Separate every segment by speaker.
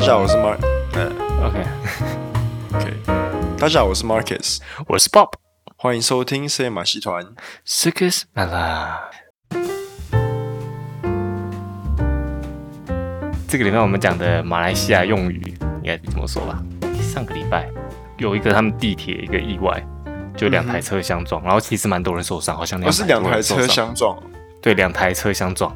Speaker 1: 家好，我是 Mark，嗯、
Speaker 2: OK，
Speaker 1: o k 大家好，我是 Marcus，
Speaker 2: 我是 Bob
Speaker 1: 欢迎收听深夜马戏团。
Speaker 2: Circus m a l a 这个礼拜我们讲的马来西亚用语应该这么说吧？上个礼拜有一个他们地铁一个意外，就两台车相撞，然后其实蛮多人受伤，好像
Speaker 1: 我、哦是两
Speaker 2: 多
Speaker 1: 台
Speaker 2: 人受
Speaker 1: 车
Speaker 2: 伤
Speaker 1: 相撞，
Speaker 2: 对，两台车相撞，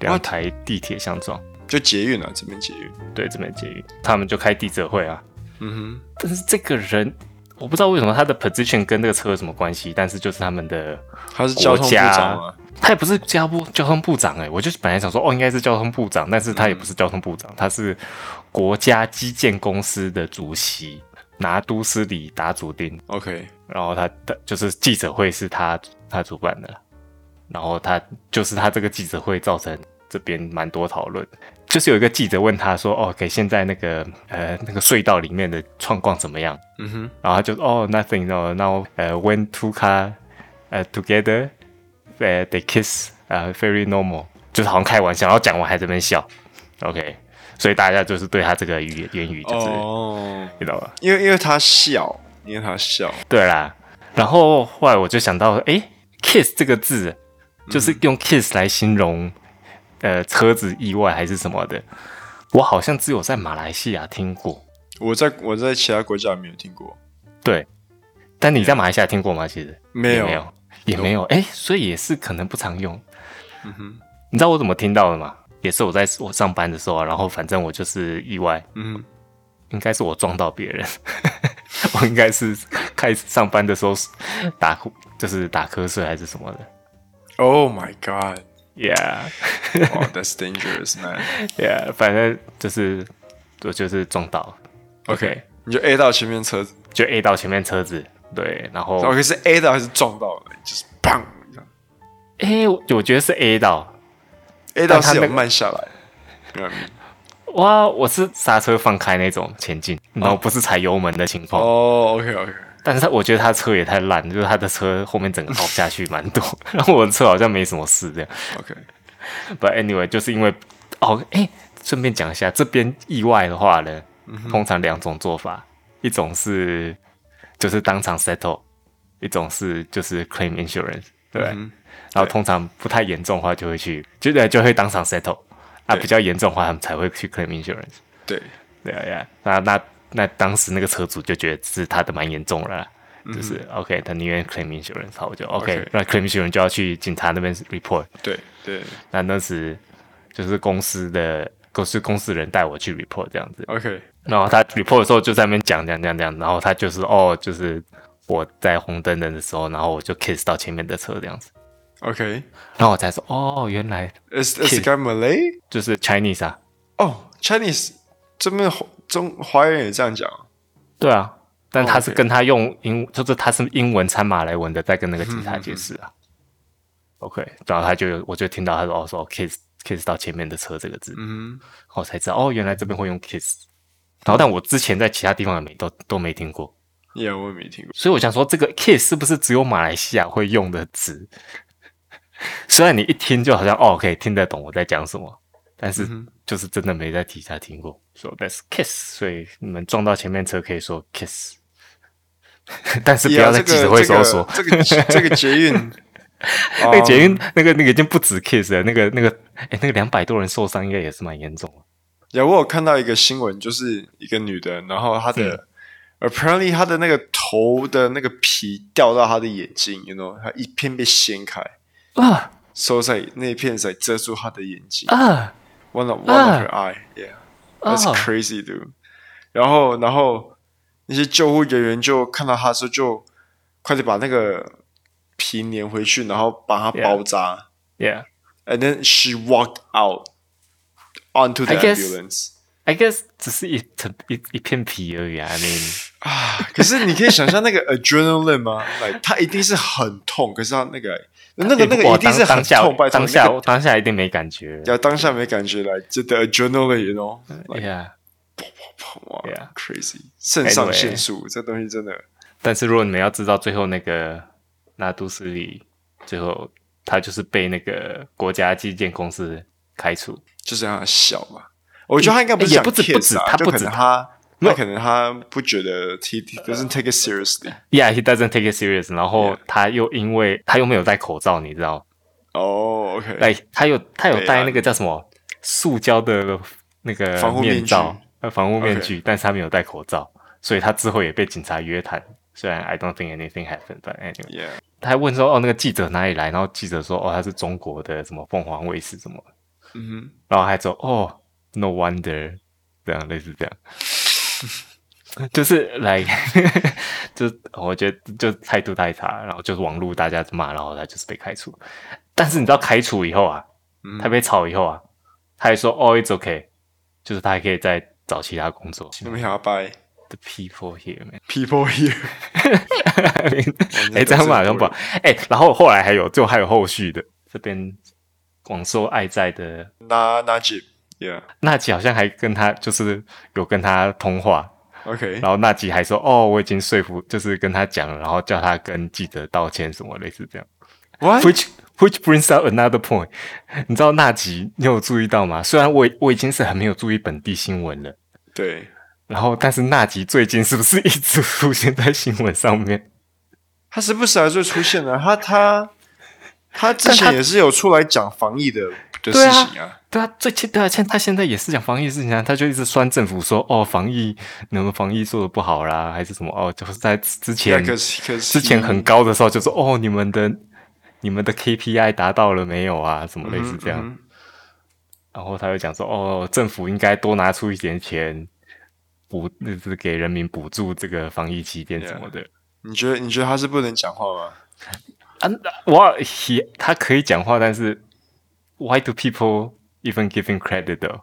Speaker 2: 两
Speaker 1: What？
Speaker 2: 台地铁相撞，
Speaker 1: 就捷运啊，这边捷运。
Speaker 2: 对，这边监狱他们就开记者会啊，
Speaker 1: 嗯
Speaker 2: 但是这个人我不知道为什么他的 position 跟这个车有什么关系，但是就是他们的
Speaker 1: 哼，他是交通部长啊，
Speaker 2: 他也不是交部交通部长哎、我就是本来想说哦，应该是交通部长，但是他也不是交通部长，他是国家基建公司的主席，拿都斯里打主丁，
Speaker 1: OK，
Speaker 2: 然后他的就是记者会是他他主办的啦，然后他就是他这个记者会造成这边蛮多讨论，就是有一个记者问他说哦，给现在那个呃那个隧道里面的状况怎么样？
Speaker 1: 嗯哼，
Speaker 2: 然后他就哦，nothing no now 呃、when two car 呃、together 呃、they kiss 呃、very normal 就是好像开玩笑，然后讲完还在那边笑，OK，所以大家就是对他这个语言语就是、
Speaker 1: 哦，
Speaker 2: 你懂吧？
Speaker 1: 因为因为他笑，因为他笑，
Speaker 2: 对啦，然后后来我就想到，诶 k i s s 这个字就是用 kiss 来形容、呃车子意外还是什么的，我好像只有在马来西亚听过，
Speaker 1: 我在我在其他国家没有听过，
Speaker 2: 对，但你在马来西亚听过吗？其实。
Speaker 1: 没
Speaker 2: 也没有，也没有，哎、所以也是可能不常用。
Speaker 1: 嗯哼，
Speaker 2: 你知道我怎么听到的吗？也是我在我上班的时候啊，然后反正我就是意外，
Speaker 1: 嗯哼，
Speaker 2: 应该是我撞到别人， 我应该是开始上班的时候打呼，就是打瞌睡还是什么的。
Speaker 1: Oh my God!
Speaker 2: Yeah,
Speaker 1: Oh, that's dangerous, man.
Speaker 2: yeah，反正就是我就是撞到
Speaker 1: OK，你就 A 到前面车子
Speaker 2: 就 A 到前面车子，对，然后
Speaker 1: ，OK 是 A 到还是撞到了？就是砰这样
Speaker 2: 哎、我我觉得是 A 到，
Speaker 1: ，A 到
Speaker 2: 但他
Speaker 1: 是有
Speaker 2: 那个
Speaker 1: 慢下来。You know what I mean?
Speaker 2: 哇，我是刹车放开那种前进，然后不是踩油门的情况。
Speaker 1: 哦，OK OK，
Speaker 2: 但是他我觉得他车也太烂，就是他的车后面整个凹下去蛮多，然后我的车好像没什么事这样。
Speaker 1: OK，
Speaker 2: But anyway，就是因为哦，哎，顺便讲一下，这边意外的话呢，
Speaker 1: 嗯
Speaker 2: 通常两种做法，一种是就是当场 settle，一种是就是 claim insurance，对不对。
Speaker 1: 嗯
Speaker 2: 然后通常不太严重的话就会去，就对，就会当场 settle，啊，
Speaker 1: 对
Speaker 2: 比较严重的话他们才会去 claim insurance。
Speaker 1: 对，
Speaker 2: 对啊，对啊，那那那当时那个车主就觉得是他的蛮严重了啦，就是 OK，他宁愿 claim insurance，好，我就
Speaker 1: OK
Speaker 2: OK，那 claim insurance 就要去警察那边 report。
Speaker 1: 对对
Speaker 2: 那那时就是公司的，公司公司人带我去 report 这样子，
Speaker 1: ，OK，
Speaker 2: 然后他 report 的时候就在那边讲讲讲讲，然后他就是哦，就是我在红灯的时候，然后我就 kiss 到前面的车这样子，
Speaker 1: OK，
Speaker 2: 然后我才说哦，原来
Speaker 1: is is the guy Malay？
Speaker 2: 就是 Chinese 啊，
Speaker 1: 哦、c h i n e s e 这边华中华人也这样讲啊。
Speaker 2: 对啊，但他是
Speaker 1: OK
Speaker 2: 跟他用英，就是他是英文掺马来文的在跟那个警察解释啊。OK，然后他就有，我就听到他说哦说 kiss kiss 到前面的车这个字，
Speaker 1: 嗯哼，
Speaker 2: 我才知道哦原来这边会用 kiss。然后但我之前在其他地方也没都都没听过，
Speaker 1: 也、yeah, 我也没听过。
Speaker 2: 所以我想说这个 kiss 是不是只有马来西亚会用的词？ 虽然你一听就好像哦可以听得懂我在讲什么，但是
Speaker 1: 嗯
Speaker 2: 就是真的没在底下听过。So that's kiss，所以你们撞到前面车可以说 kiss，但是不要在记者会时候说。
Speaker 1: 这个这个这个捷 运，
Speaker 2: 那个
Speaker 1: 嗯
Speaker 2: 捷运那个那个已经不止 kiss 了，那个那个哎、那个两百多人受伤应该也是蛮严重的。
Speaker 1: 有我有看到一个新闻，就是一个女的，然后她的、apparently
Speaker 2: 嗯
Speaker 1: 她的那个头的那个皮掉到她的眼睛，you know，她一片被掀开，
Speaker 2: 啊
Speaker 1: 收在那一片才遮住她的眼睛。
Speaker 2: 啊
Speaker 1: one of one of
Speaker 2: 啊
Speaker 1: her eye. Yeah,
Speaker 2: 啊
Speaker 1: that's crazy, dude. 然后，然后那些救护人员就看到他的时候，就快点把那个皮粘回去，然后把它
Speaker 2: Yeah.
Speaker 1: 包扎。
Speaker 2: ！Yeah,
Speaker 1: And then she walked out onto the
Speaker 2: I guess-
Speaker 1: ambulance.
Speaker 2: I guess 只是一层一一片皮而已啊。I mean，
Speaker 1: 啊！可是你可以想象那个 adrenaline 吗？like, 它一定是很痛，可是它那个那个那个
Speaker 2: 哇
Speaker 1: 一定是
Speaker 2: 哎
Speaker 1: 很
Speaker 2: 当当下
Speaker 1: 痛，拜托
Speaker 2: 当下
Speaker 1: 那个
Speaker 2: 当下一定没感觉。
Speaker 1: 要当下没感觉来，就 the adrenaline，you know，
Speaker 2: Yeah，
Speaker 1: 哇
Speaker 2: Yeah.
Speaker 1: ，crazy，肾上
Speaker 2: Anyway
Speaker 1: 腺素这东西真的。
Speaker 2: 但是如果你们要知道最后那个拿杜斯里，最后他就是被那个国家基建公司开除。
Speaker 1: 就是让他笑嘛。我觉得他应该不是想
Speaker 2: 也不止
Speaker 1: kiss
Speaker 2: 不止
Speaker 1: 啊
Speaker 2: 他
Speaker 1: 就
Speaker 2: 不
Speaker 1: 可
Speaker 2: 止
Speaker 1: 能他，那
Speaker 2: 没有
Speaker 1: 可能他不觉得 he he doesn't take it seriously。
Speaker 2: ，Yeah，he doesn't take it serious。然后
Speaker 1: Yeah
Speaker 2: 他又因为他又没有戴口罩，你知道，
Speaker 1: 哦，OK、o k
Speaker 2: 哎，他有他有
Speaker 1: 对啊
Speaker 2: 戴那个叫什么塑胶的那个
Speaker 1: 防护面具
Speaker 2: 面罩，呃，防护面具，但是他没有戴口罩，所以他之后也被警察约谈。虽然 I don't think anything happened, but anyway。
Speaker 1: y e a h
Speaker 2: 他还问说：“哦，那个记者哪里来？”然后记者说：“哦，他是中国的什么凤凰卫视什么。
Speaker 1: 嗯”
Speaker 2: 然后还说：“哦，no wonder，这样类似这样， 就是来，就我觉得就态度太差，然后就是网络大家骂，然后他就是被开除。但是你知道开除以后啊，
Speaker 1: 嗯
Speaker 2: 他被炒以后啊，他还说：“哦，it's okay，就是他还可以再找其他工作。
Speaker 1: 哼，那么想要 by
Speaker 2: The people here, man.
Speaker 1: people here，
Speaker 2: 哎、这样马上吧。哎、然后后来还有，就还有后续的，这边广受爱戴的
Speaker 1: 那那 Jib，yeah，OK，、
Speaker 2: 纳吉好像还跟他就是有跟他通话，
Speaker 1: OK
Speaker 2: 然后纳吉还说：“哦，我已经说服，就是跟他讲了，然后叫他跟记者道歉什么类似这样。
Speaker 1: What？
Speaker 2: ”Which which brings up another point，你知道纳吉，你有注意到吗？虽然我我已经是很没有注意本地新闻了，
Speaker 1: 对，
Speaker 2: 然后但是纳吉最近是不是一直出现在新闻上面？
Speaker 1: 他时不时还是会出现的、啊他他他之
Speaker 2: 但他
Speaker 1: 前也是有出来讲防疫的的
Speaker 2: 对
Speaker 1: 事
Speaker 2: 啊
Speaker 1: 情啊。
Speaker 2: 对啊，最近对啊，现他现在也是讲防疫事情啊，他就一直酸政府说哦，防疫你们防疫做的不好啦，还是什么哦，就是在之前
Speaker 1: Yeah，'cause- 'cause 嗯
Speaker 2: 之前很高的时候就说哦，你们的你们的 KPI 达到了没有啊，什么类似这样，
Speaker 1: 嗯
Speaker 2: 然后他又讲说哦，政府应该多拿出一点钱补，就是给人民补助这个防疫期间什么的。
Speaker 1: 你觉得你觉得他是不能讲话吗？
Speaker 2: 啊，我 he 他可以讲话，但是 why do people even give him credit 的？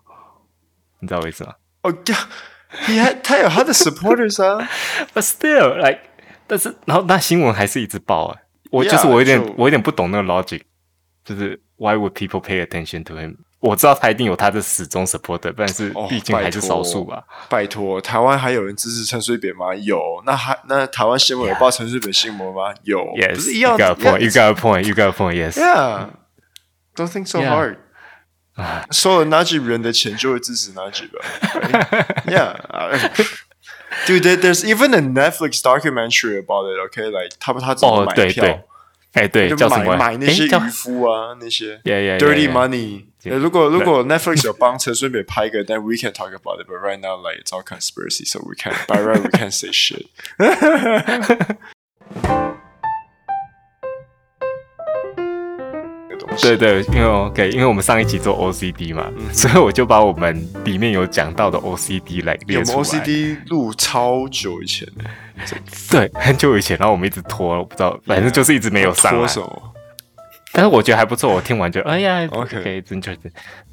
Speaker 2: 你知道我意思吗？
Speaker 1: 哦呀，你还他有他的 supporters 啊，
Speaker 2: But still, like，但是然后那新闻还是一直报啊。我
Speaker 1: Yeah，
Speaker 2: 就是我有点
Speaker 1: 就
Speaker 2: 我有点不懂那个 logic，就是 Why would people pay attention to him？我知道他一定有他的始终 supporter，但是
Speaker 1: 哦
Speaker 2: 毕竟还
Speaker 1: 拜托
Speaker 2: 是少数吧。
Speaker 1: 拜托，台湾还有人支持陈水扁吗？有，那还那台湾新闻有报陈水扁新闻吗？有
Speaker 2: yes，
Speaker 1: 不是一样
Speaker 2: You
Speaker 1: 的
Speaker 2: got a point. You got a point. You got a point. Yes.
Speaker 1: Yeah，don't think so
Speaker 2: Yeah
Speaker 1: hard。收了 Najib 人的钱就会支持 Najib 吧 ？Yeah，dude，there's even a Netflix documentary about it. OK，like 他们他怎么
Speaker 2: 哦，
Speaker 1: 买
Speaker 2: 对对
Speaker 1: 票，，
Speaker 2: 哎对，
Speaker 1: 就
Speaker 2: 叫什
Speaker 1: 买
Speaker 2: 么？
Speaker 1: 买那些
Speaker 2: 哎叫
Speaker 1: 渔夫啊那些
Speaker 2: Yeah, yeah, yeah,
Speaker 1: dirty
Speaker 2: yeah.
Speaker 1: money。
Speaker 2: Yeah.
Speaker 1: 呃如果如果 Netflix 有帮陈水扁拍一个，但 we can talk about it. But right now, like it's all conspiracy, so we can't. By right, we can't say shit. 这个东西
Speaker 2: 对对，因为 OK，因为我们上一集做 OCD 嘛，
Speaker 1: 嗯
Speaker 2: 所以我就把我们里面有讲到的 OCD 来
Speaker 1: 我
Speaker 2: 列
Speaker 1: 们
Speaker 2: 出来。
Speaker 1: OCD 录超久以前的，
Speaker 2: 对，很久以前，然后我们一直拖，我不知道，反正就是一直没有上来
Speaker 1: 脱。手
Speaker 2: 但是我觉得还不错，我听 完就哎呀
Speaker 1: OK
Speaker 2: ，OK，真就是，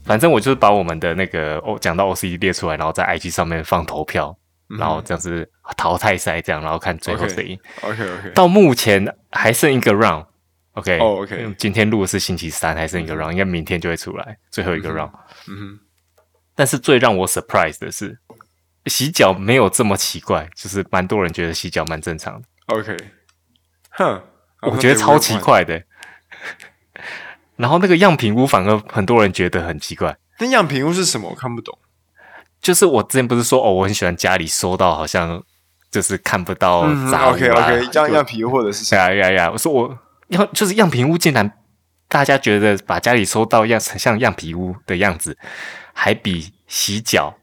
Speaker 2: 反正我就是把我们的那个哦讲到 OCD 列出来，然后在 IG 上面放投票，然后这样子淘汰赛这样，然后看最后
Speaker 1: 嗯 OK
Speaker 2: 谁赢。
Speaker 1: OK OK，
Speaker 2: 到目前还剩一个 round，OK，、
Speaker 1: 哦，OK
Speaker 2: 因为今天录的是星期三，还剩一个 round，应该明天就会出来最后一个 round。
Speaker 1: 嗯
Speaker 2: 但是最让我 surprise 的是，洗脚没有这么奇怪，就是蛮多人觉得洗脚蛮正常的。
Speaker 1: 哼 OK，哼，
Speaker 2: 我觉得超奇。怪的。 然后那个样品屋反而很多人觉得很奇怪，
Speaker 1: 那样品屋是什么？我看不懂。
Speaker 2: 就是我之前不是说哦，我很喜欢家里收到好像就是看不到杂物、啊
Speaker 1: OK OK，样样
Speaker 2: 样
Speaker 1: 品屋或者是什
Speaker 2: 呀呀呀！我说我要就是样品屋，竟然大家觉得把家里收到样像样品屋的样子，还比洗脚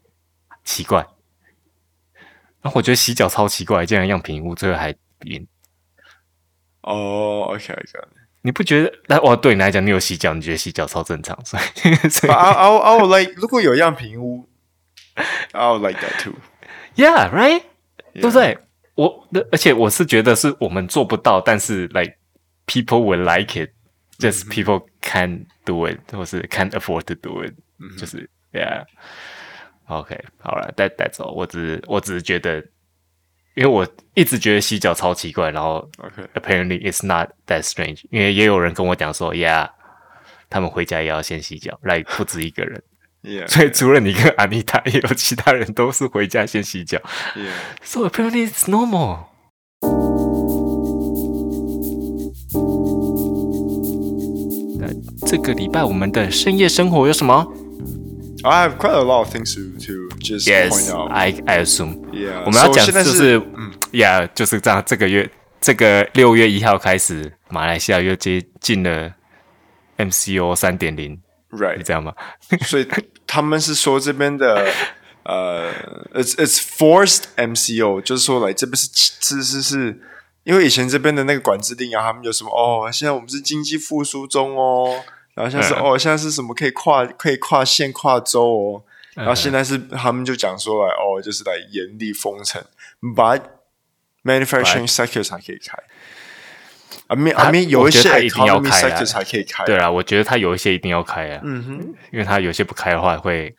Speaker 2: 奇怪。然后我觉得洗脚超奇怪，竟然样品屋最后还赢，
Speaker 1: 哦，OK OK。
Speaker 2: 你不觉得？那哦，对你来讲，你有洗脚，你觉得洗脚超正常，所以所以
Speaker 1: I I I would like 如果有样品屋，I would like that too。
Speaker 2: Yeah, right，
Speaker 1: 啊
Speaker 2: 对不对？我那而且我是觉得是我们做不到，但是 like people will like it, just people can do it，或是 can afford to do it，、就是 yeah。OK，好了，that that's all。我只是我只是觉得，因为我一直觉得洗脚超奇怪，然后
Speaker 1: OK
Speaker 2: apparently it's not that strange，因为也有人跟我讲说，yeah，他们回家也要先洗脚，like 不止一个人。
Speaker 1: Yeah
Speaker 2: 所以除了你跟阿妮塔，也有其他人都是回家先洗脚。
Speaker 1: Yeah。
Speaker 2: So apparently it's normal. 呃那这个礼拜我们的深夜生活有什么？
Speaker 1: I have quite a lot of things to to just
Speaker 2: Yes,
Speaker 1: point out.
Speaker 2: I I assume
Speaker 1: yeah，
Speaker 2: 我们要
Speaker 1: so
Speaker 2: 讲
Speaker 1: 现在
Speaker 2: 就是是，呀，就是这样。这个月，这个六月一号开始，马来西亚又接近了 MCO 三点零，是
Speaker 1: right，
Speaker 2: 这样吗？
Speaker 1: 所以他们是说这边的呃，it's it's forced MCO，就是说来这边是是是是，因为以前这边的那个管制令啊，他们有什么哦，现在我们是经济复苏中哦，然后像是、
Speaker 2: 嗯
Speaker 1: 哦，现在是什么可以跨可以跨县跨州哦，
Speaker 2: 嗯
Speaker 1: 然后现在是他们就讲说来哦，就是来严厉封城，but manufacturing sector 才可以开。I mean, I
Speaker 2: 他
Speaker 1: mean，有
Speaker 2: 我
Speaker 1: 一
Speaker 2: 觉得
Speaker 1: 些
Speaker 2: 他一定要
Speaker 1: economy
Speaker 2: 开啊
Speaker 1: sector 才可以开。
Speaker 2: 对啦，我觉得它有一些一定要开啊，
Speaker 1: 嗯哼，
Speaker 2: 因为它有些不开的话会。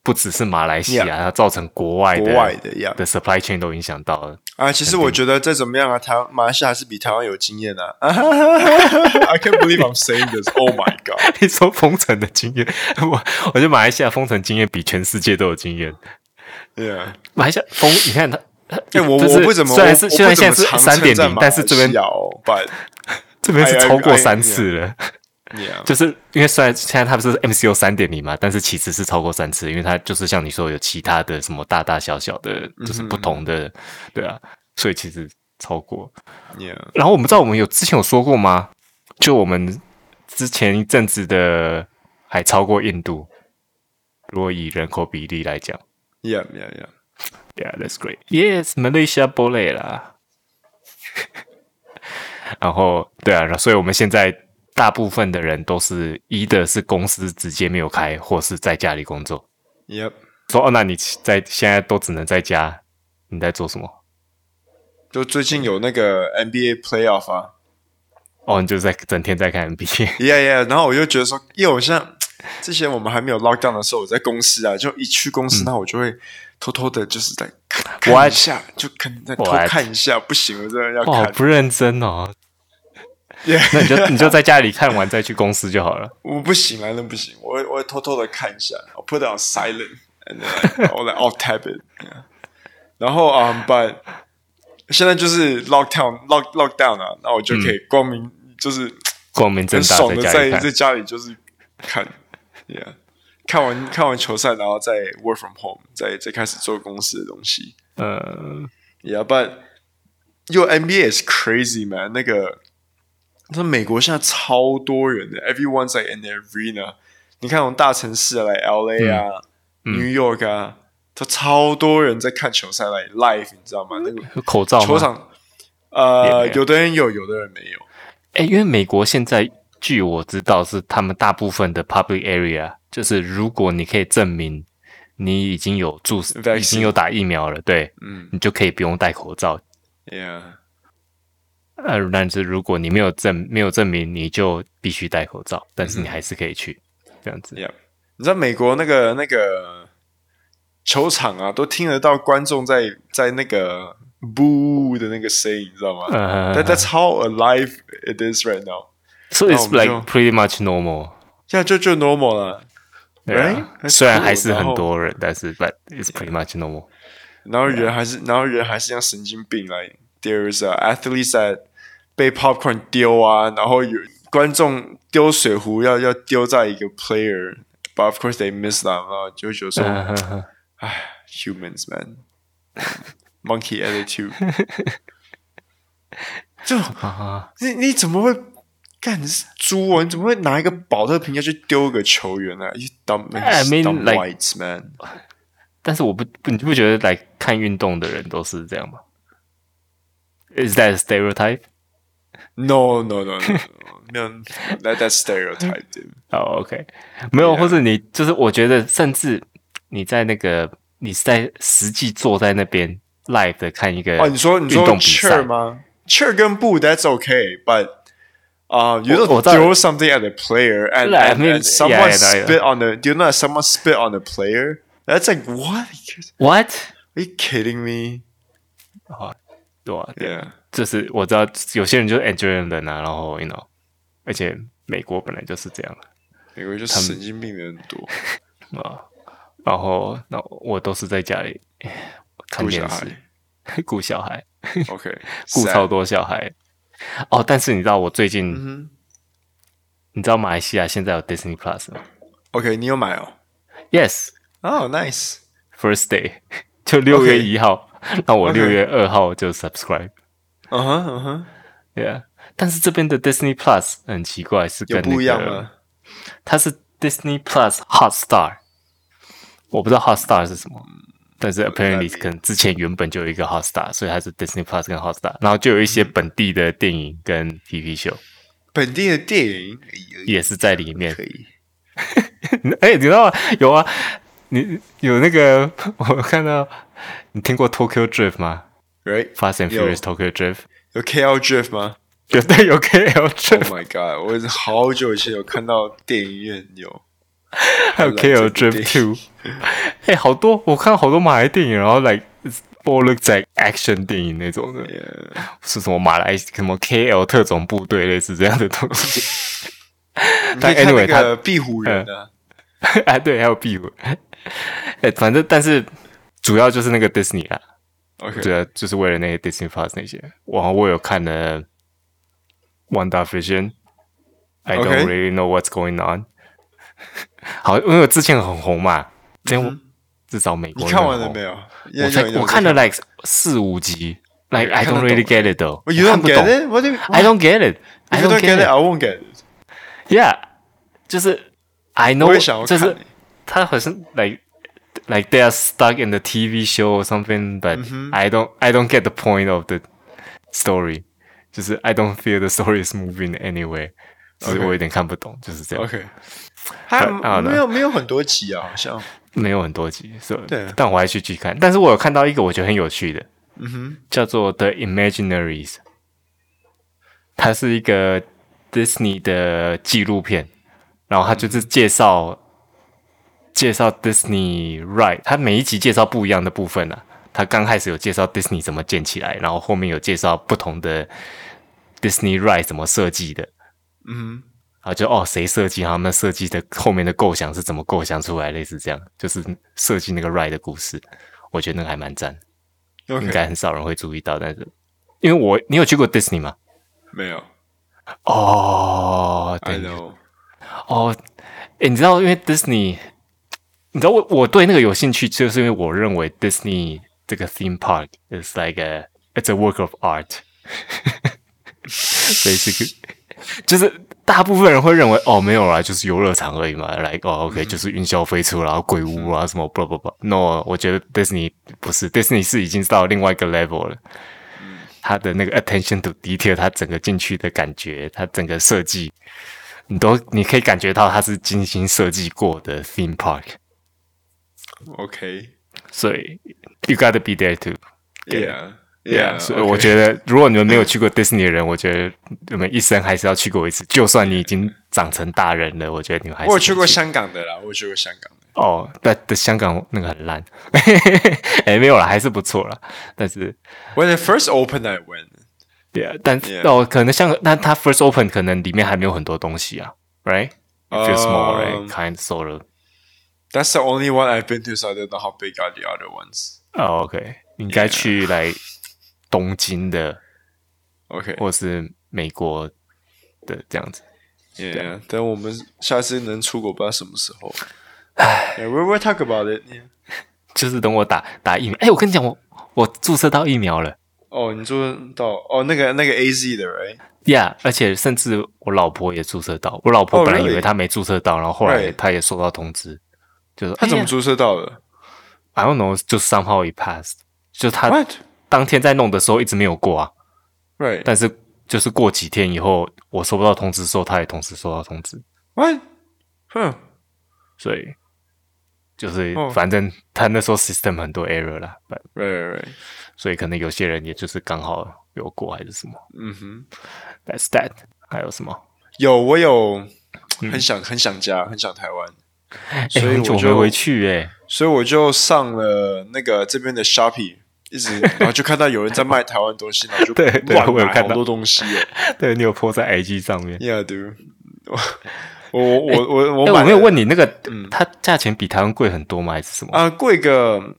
Speaker 2: 不只是马来西亚
Speaker 1: Yeah
Speaker 2: 它造成国外
Speaker 1: 国
Speaker 2: 的
Speaker 1: 外的呀，
Speaker 2: 的 supply chain 都影响到了。
Speaker 1: 啊，其实我觉得再怎么样啊，台湾马来西亚还是比台湾有经验 啊。I can't believe I'm saying this. Oh my god！
Speaker 2: 你说封城的经验，我我觉得马来西亚封城经验比全世界都有经验。
Speaker 1: Yeah，
Speaker 2: 马来西亚封，你看它，
Speaker 1: 哎、我
Speaker 2: 就是
Speaker 1: 我不怎么，
Speaker 2: 虽然
Speaker 1: 我
Speaker 2: 是
Speaker 1: 我
Speaker 2: 虽然
Speaker 1: 不怎
Speaker 2: 现
Speaker 1: 么
Speaker 2: 在是
Speaker 1: 常
Speaker 2: 三点
Speaker 1: 称赞
Speaker 2: 零
Speaker 1: 马，
Speaker 2: 但是这
Speaker 1: 来
Speaker 2: 边
Speaker 1: 西亚哦 But
Speaker 2: 这边是
Speaker 1: 哎
Speaker 2: 超过
Speaker 1: 哎
Speaker 2: 三次了，
Speaker 1: yeah，
Speaker 2: 就是因为虽然现在它不是 MCO 三点零嘛，但是其实是超过三次，因为它就是像你说有其他的什么大大小小的，就是不同的，对啊，所以其实超过。
Speaker 1: yeah，
Speaker 2: 然后我们知道我们有之前有说过吗？就我们之前一阵子的还超过印度，如果以人口比例来讲
Speaker 1: yeah yeah yeah。
Speaker 2: ，Yeah, that's great. Yes, Malaysia boleh 啦。 然后对啊，所以我们现在大部分的人都是一的是公司直接没有开，或是在家里工作。
Speaker 1: Yep，
Speaker 2: 说哦，那你在现在都只能在家，你在做什么？
Speaker 1: 就最近有那个 NBA playoff 啊
Speaker 2: 哦，你就在整天在看 NBA。
Speaker 1: ，Yeah Yeah，然后我就觉得说，因为我像之前我们还没有 lockdown 的时候，我在公司啊，就一去公
Speaker 2: 嗯
Speaker 1: 司，那、我就会偷偷的，就是在看看
Speaker 2: What？
Speaker 1: 一下，就可能再偷
Speaker 2: What？
Speaker 1: 看一下，不行，我真的要
Speaker 2: 哇，好
Speaker 1: 看。
Speaker 2: 不认真哦。
Speaker 1: Yeah
Speaker 2: 那你就你就在家里看完再去公司就好了。
Speaker 1: 我不行啊，那不行，我会我会偷偷的看一下，I'll put it on silent and then I'll, I'll tap it 。然后啊、um, but 现在就是 lockdown lock lockdown 啊，那我就可以光明、就是
Speaker 2: 光明正
Speaker 1: 很
Speaker 2: 大
Speaker 1: 爽的
Speaker 2: 在家
Speaker 1: 在
Speaker 2: 里看
Speaker 1: 在。家里就是看，yeah，看完看完球赛，然后再 work from home，再再开始做公司的东西
Speaker 2: 呃，
Speaker 1: ，yeah，but your NBA is crazy man，那个那美国现在超多人的，everyone's like in the arena。你看，从大城市啊来 LA 啊、New
Speaker 2: 嗯
Speaker 1: York 啊，都超多人在看球赛来 live，你知道吗？那个
Speaker 2: 有口罩吗？
Speaker 1: 球场，呃，
Speaker 2: 也没有
Speaker 1: 有的人有，有的人没有。
Speaker 2: 哎、因为美国现在据我知道是他们大部分的 public area，就是如果你可以证明你已经有注
Speaker 1: Vaccine
Speaker 2: 已经有打疫苗了，对，
Speaker 1: 嗯
Speaker 2: 你就可以不用戴口罩。
Speaker 1: ，yeah，
Speaker 2: 呃，但是如果你没有证没有证明，你就必须戴口罩，但
Speaker 1: 嗯
Speaker 2: 是你还是可以去、这样子。
Speaker 1: Yeah，你知道美国那个那个球场啊，都听得到观众在在那个 boo 的那个声音，你知道吗？
Speaker 2: 呃
Speaker 1: That that's how alive it is right now。
Speaker 2: So
Speaker 1: 那我
Speaker 2: it's
Speaker 1: 们就
Speaker 2: like pretty much normal，
Speaker 1: 现在就就 normal 了，
Speaker 2: 对啊
Speaker 1: Right？
Speaker 2: 虽然
Speaker 1: That's
Speaker 2: 还是
Speaker 1: cool，
Speaker 2: 很
Speaker 1: 然后
Speaker 2: 多人，但是 but it's pretty much normal。
Speaker 1: 然后人还是然后人还是像神经病来。There's a athletes that 被 popcorn 丢啊，然后有观众丢水壶要要丢在一个 player，but of course they miss them，然后就会觉得说，
Speaker 2: 嗯
Speaker 1: 唉，humans man，monkey attitude。就
Speaker 2: 啊，
Speaker 1: 你你怎么会干？你是猪哦！你怎么会拿一个保特瓶要去丢个球员呢、啊、？You dumb,
Speaker 2: I mean,
Speaker 1: dumb
Speaker 2: like-
Speaker 1: whites man.
Speaker 2: 但是我不，不你不觉得来看运动的人都是这样吗？Is that a stereotype？
Speaker 1: No, no, no, no, no. no that that stereotype. dude.
Speaker 2: 哦、o k 没有，或者你就是我觉得，甚至你在那个你是在实际坐在那边 live 的看一个
Speaker 1: Oh, 哦，你说你
Speaker 2: 运
Speaker 1: 说
Speaker 2: 动比
Speaker 1: cheer
Speaker 2: 赛，
Speaker 1: 吗？Cheer 跟不 That's okay, but 啊、uh,，you
Speaker 2: 我
Speaker 1: don't
Speaker 2: 知道
Speaker 1: throw something at the player and,
Speaker 2: Yeah, I
Speaker 1: and,
Speaker 2: mean,
Speaker 1: and someone
Speaker 2: yeah, yeah, yeah.
Speaker 1: spit on the. Do you know that someone spit on the player? That's like what?
Speaker 2: What？
Speaker 1: Are you kidding me?
Speaker 2: 对啊，
Speaker 1: Yeah.
Speaker 2: 就是我知道有些人就是 enjoy 人啊，然后 you know，而且美国本来就是这样。
Speaker 1: 美国就是神经病的人多，
Speaker 2: 啊，然后那我都是在家里看
Speaker 1: 顾小
Speaker 2: 电视
Speaker 1: 孩，。
Speaker 2: 顾小孩，
Speaker 1: OK，
Speaker 2: 顾
Speaker 1: sad
Speaker 2: 超多小孩。哦，但是你知道我最近，
Speaker 1: 啊嗯
Speaker 2: 你知道马来西亚现在有 Disney Plus 吗？
Speaker 1: ，OK，你有买哦？
Speaker 2: Yes,
Speaker 1: 哦、oh,，nice，
Speaker 2: first day，就 六月
Speaker 1: OK
Speaker 2: 一号，那我
Speaker 1: OK
Speaker 2: 六月二号就 subscribe。Uh-huh，
Speaker 1: 嗯哼嗯哼，
Speaker 2: Yeah，但是这边的 Disney Plus 很奇怪，是
Speaker 1: 有
Speaker 2: 跟
Speaker 1: 不一
Speaker 2: 那
Speaker 1: 样
Speaker 2: 个
Speaker 1: 吗？
Speaker 2: 它是 Disney Plus Hot Star，我不知道 Hot Star 是什么，但是 apparently 可能之前原本就有一个 Hot Star，所以它是 Disney Plus 跟 Hot Star，然后就有一
Speaker 1: 嗯
Speaker 2: 些本地的电影跟 TV 秀
Speaker 1: 本地的电影
Speaker 2: 也是在里面
Speaker 1: 可。以，
Speaker 2: 哎、你知道吗？有啊，你有那个 我看到你听过 Tokyo Drift 吗
Speaker 1: right？
Speaker 2: ？Fast and
Speaker 1: 有
Speaker 2: Furious Tokyo Drift
Speaker 1: 有 KL Drift 吗
Speaker 2: 有对有 KL
Speaker 1: ？Oh
Speaker 2: Drift，
Speaker 1: my god！我已经好久以前有看到电影院有，
Speaker 2: 还有 KL Drift Two。哎、好多我看好多马来电影，然后 like it's all looks like action 电影那种的，
Speaker 1: Yeah，
Speaker 2: 是什么马来什么 KL 特种部队类似这样的东西。
Speaker 1: 你可
Speaker 2: 但
Speaker 1: 以看那
Speaker 2: anyway，他
Speaker 1: 个壁虎人啊，
Speaker 2: 啊，对，还有壁虎。 哎、反正但是主要就是那个 Disney 啦，
Speaker 1: OK
Speaker 2: 主要就是为了那些 Disney Plus 那些。然后我有看了《Wanda Vision》，I don't
Speaker 1: OK
Speaker 2: really know what's going on。好，因为之前很红嘛，之前我至少美
Speaker 1: 嗯
Speaker 2: 国
Speaker 1: 你看完了
Speaker 2: 那个红
Speaker 1: 没有？
Speaker 2: 我才我看了 like 四五集，like I
Speaker 1: 看得
Speaker 2: don't
Speaker 1: 懂
Speaker 2: really get it though。
Speaker 1: ，You don't
Speaker 2: 我看不
Speaker 1: get
Speaker 2: 懂
Speaker 1: it? What do you-
Speaker 2: I don't get it. I
Speaker 1: If you
Speaker 2: don't
Speaker 1: don't get
Speaker 2: get
Speaker 1: it,
Speaker 2: it.
Speaker 1: I won't get it.
Speaker 2: Yeah，就是 I
Speaker 1: 我
Speaker 2: know，
Speaker 1: 也想要
Speaker 2: 就
Speaker 1: 看
Speaker 2: 是
Speaker 1: 欸
Speaker 2: 他好像 like like they are stuck in the TV show or something, but I don't I don't get the point of the story. 就是 I don't feel the story is moving anywhere. 就是我有点看不懂，就是这样。
Speaker 1: OK，还
Speaker 2: I don't know
Speaker 1: 没有没有很多集啊，好像
Speaker 2: 没有很多集，所以
Speaker 1: 对
Speaker 2: 但我还去去看。但是我有看到一个我觉得很有趣的，嗯哼，叫做 The Imaginaries，它是一个 Disney 的纪录片，然后它就是介绍、介绍 Disney Ride，它每一集介绍不一样的部分啊。它刚开始有介绍 Disney 怎么建起来，然后后面有介绍不同的 Disney Ride 怎么设计的，
Speaker 1: 嗯
Speaker 2: 啊，就哦，谁设计他们设计的后面的构想是怎么构想出来，类似这样，就是设计那个 ride 的故事，我觉得那个还蛮赞，应
Speaker 1: ，OK，
Speaker 2: 该很少人会注意到，但是因为我你有去过 Disney 吗？
Speaker 1: 没有
Speaker 2: 哦，
Speaker 1: ，I
Speaker 2: 对
Speaker 1: know，
Speaker 2: 哦，诶，你知道，因为 Disney，你知道我我对那个有兴趣，就是因为我认为 Disney 这个 theme park is like a it's a work of art，所以是个 就是大部分人会认为哦没有啦，就是游乐场而已嘛，like 哦 OK 就是云霄飞车啦、然后鬼屋啊什么 blah blah blah。No，我觉得 Disney 不是 Disney 是已经到另外一个 level 了。它的那个 attention to detail，它整个进去的感觉，它整个设计，你都你可以感觉到它是精心设计过的 theme park，
Speaker 1: OK，Yeah，Yeah，
Speaker 2: 所以 you gotta be there too。所以我
Speaker 1: 得
Speaker 2: 觉得如果你们没有去过 Disney 的人，我觉得你们一生还是要去过一次。就算你已经长成大人了，我觉得你们还是
Speaker 1: 我有去过
Speaker 2: 得
Speaker 1: 香港的啦，我有去过香港的，
Speaker 2: 哦，但但香港那个很烂， 哎、没有啦，还是不错啦。但是
Speaker 1: When it first opened, I went.
Speaker 2: Yeah，但
Speaker 1: Yeah.
Speaker 2: 哦，可能像那它 first open 可能里面还没有很多东西啊，right？It feels more right,
Speaker 1: Um,
Speaker 2: kind of sort of.
Speaker 1: That's the only one I've been to, so I don't know how big are the other ones.
Speaker 2: 哦，OK，应该去来东京的
Speaker 1: OK，
Speaker 2: 或是美国的这样子。
Speaker 1: Yeah，等我们下次能出国，不知道什么时候。Yeah, we will talk about it. yeah.
Speaker 2: 就是等我打打疫苗，哎、我跟你讲，我我注射到疫苗了
Speaker 1: 哦，你做到哦，那个那个 A Z 的，right？
Speaker 2: ，Yeah，而且甚至我老婆也注射到，我老婆
Speaker 1: Oh,
Speaker 2: 本来以
Speaker 1: really?
Speaker 2: 为她没注射到，然后后来
Speaker 1: Right.
Speaker 2: 她也收到通知，就是
Speaker 1: 他怎么
Speaker 2: 注
Speaker 1: 注射到的
Speaker 2: ？I don't know，就 somehow it passed，就她
Speaker 1: ？What？
Speaker 2: 当天在弄的时候一直没有过啊。
Speaker 1: Right.
Speaker 2: 但是就是过几天以后，我收不到通知的时候，他也同时收到通知，
Speaker 1: What? Huh.
Speaker 2: 所以就是
Speaker 1: 哦
Speaker 2: 反正他那时候 system 很多 error 啦，but-
Speaker 1: Right, right, right.
Speaker 2: 所以可能有些人也就是刚好有过还是什么。
Speaker 1: 嗯哼，
Speaker 2: That's that。还有什么？
Speaker 1: 有我有
Speaker 2: 嗯
Speaker 1: 很想很想家，很想台湾，
Speaker 2: 哎、
Speaker 1: 所以
Speaker 2: 很久
Speaker 1: 我
Speaker 2: 没
Speaker 1: 就
Speaker 2: 回去哎、
Speaker 1: 所以我就上了那个这边的 Shopee，一直然后就看到有人在卖台湾东西，然后就
Speaker 2: 对对
Speaker 1: 乱
Speaker 2: 我有
Speaker 1: 买
Speaker 2: 看
Speaker 1: 好
Speaker 2: 到
Speaker 1: 多东西哦。
Speaker 2: 对你有 po 在 IG 上面。
Speaker 1: Yeah, dude. 我我我我我
Speaker 2: 哎、
Speaker 1: 买
Speaker 2: 我没有
Speaker 1: 了
Speaker 2: 问你那个，嗯它价钱比台湾贵很多吗？还是什么？
Speaker 1: 啊，贵个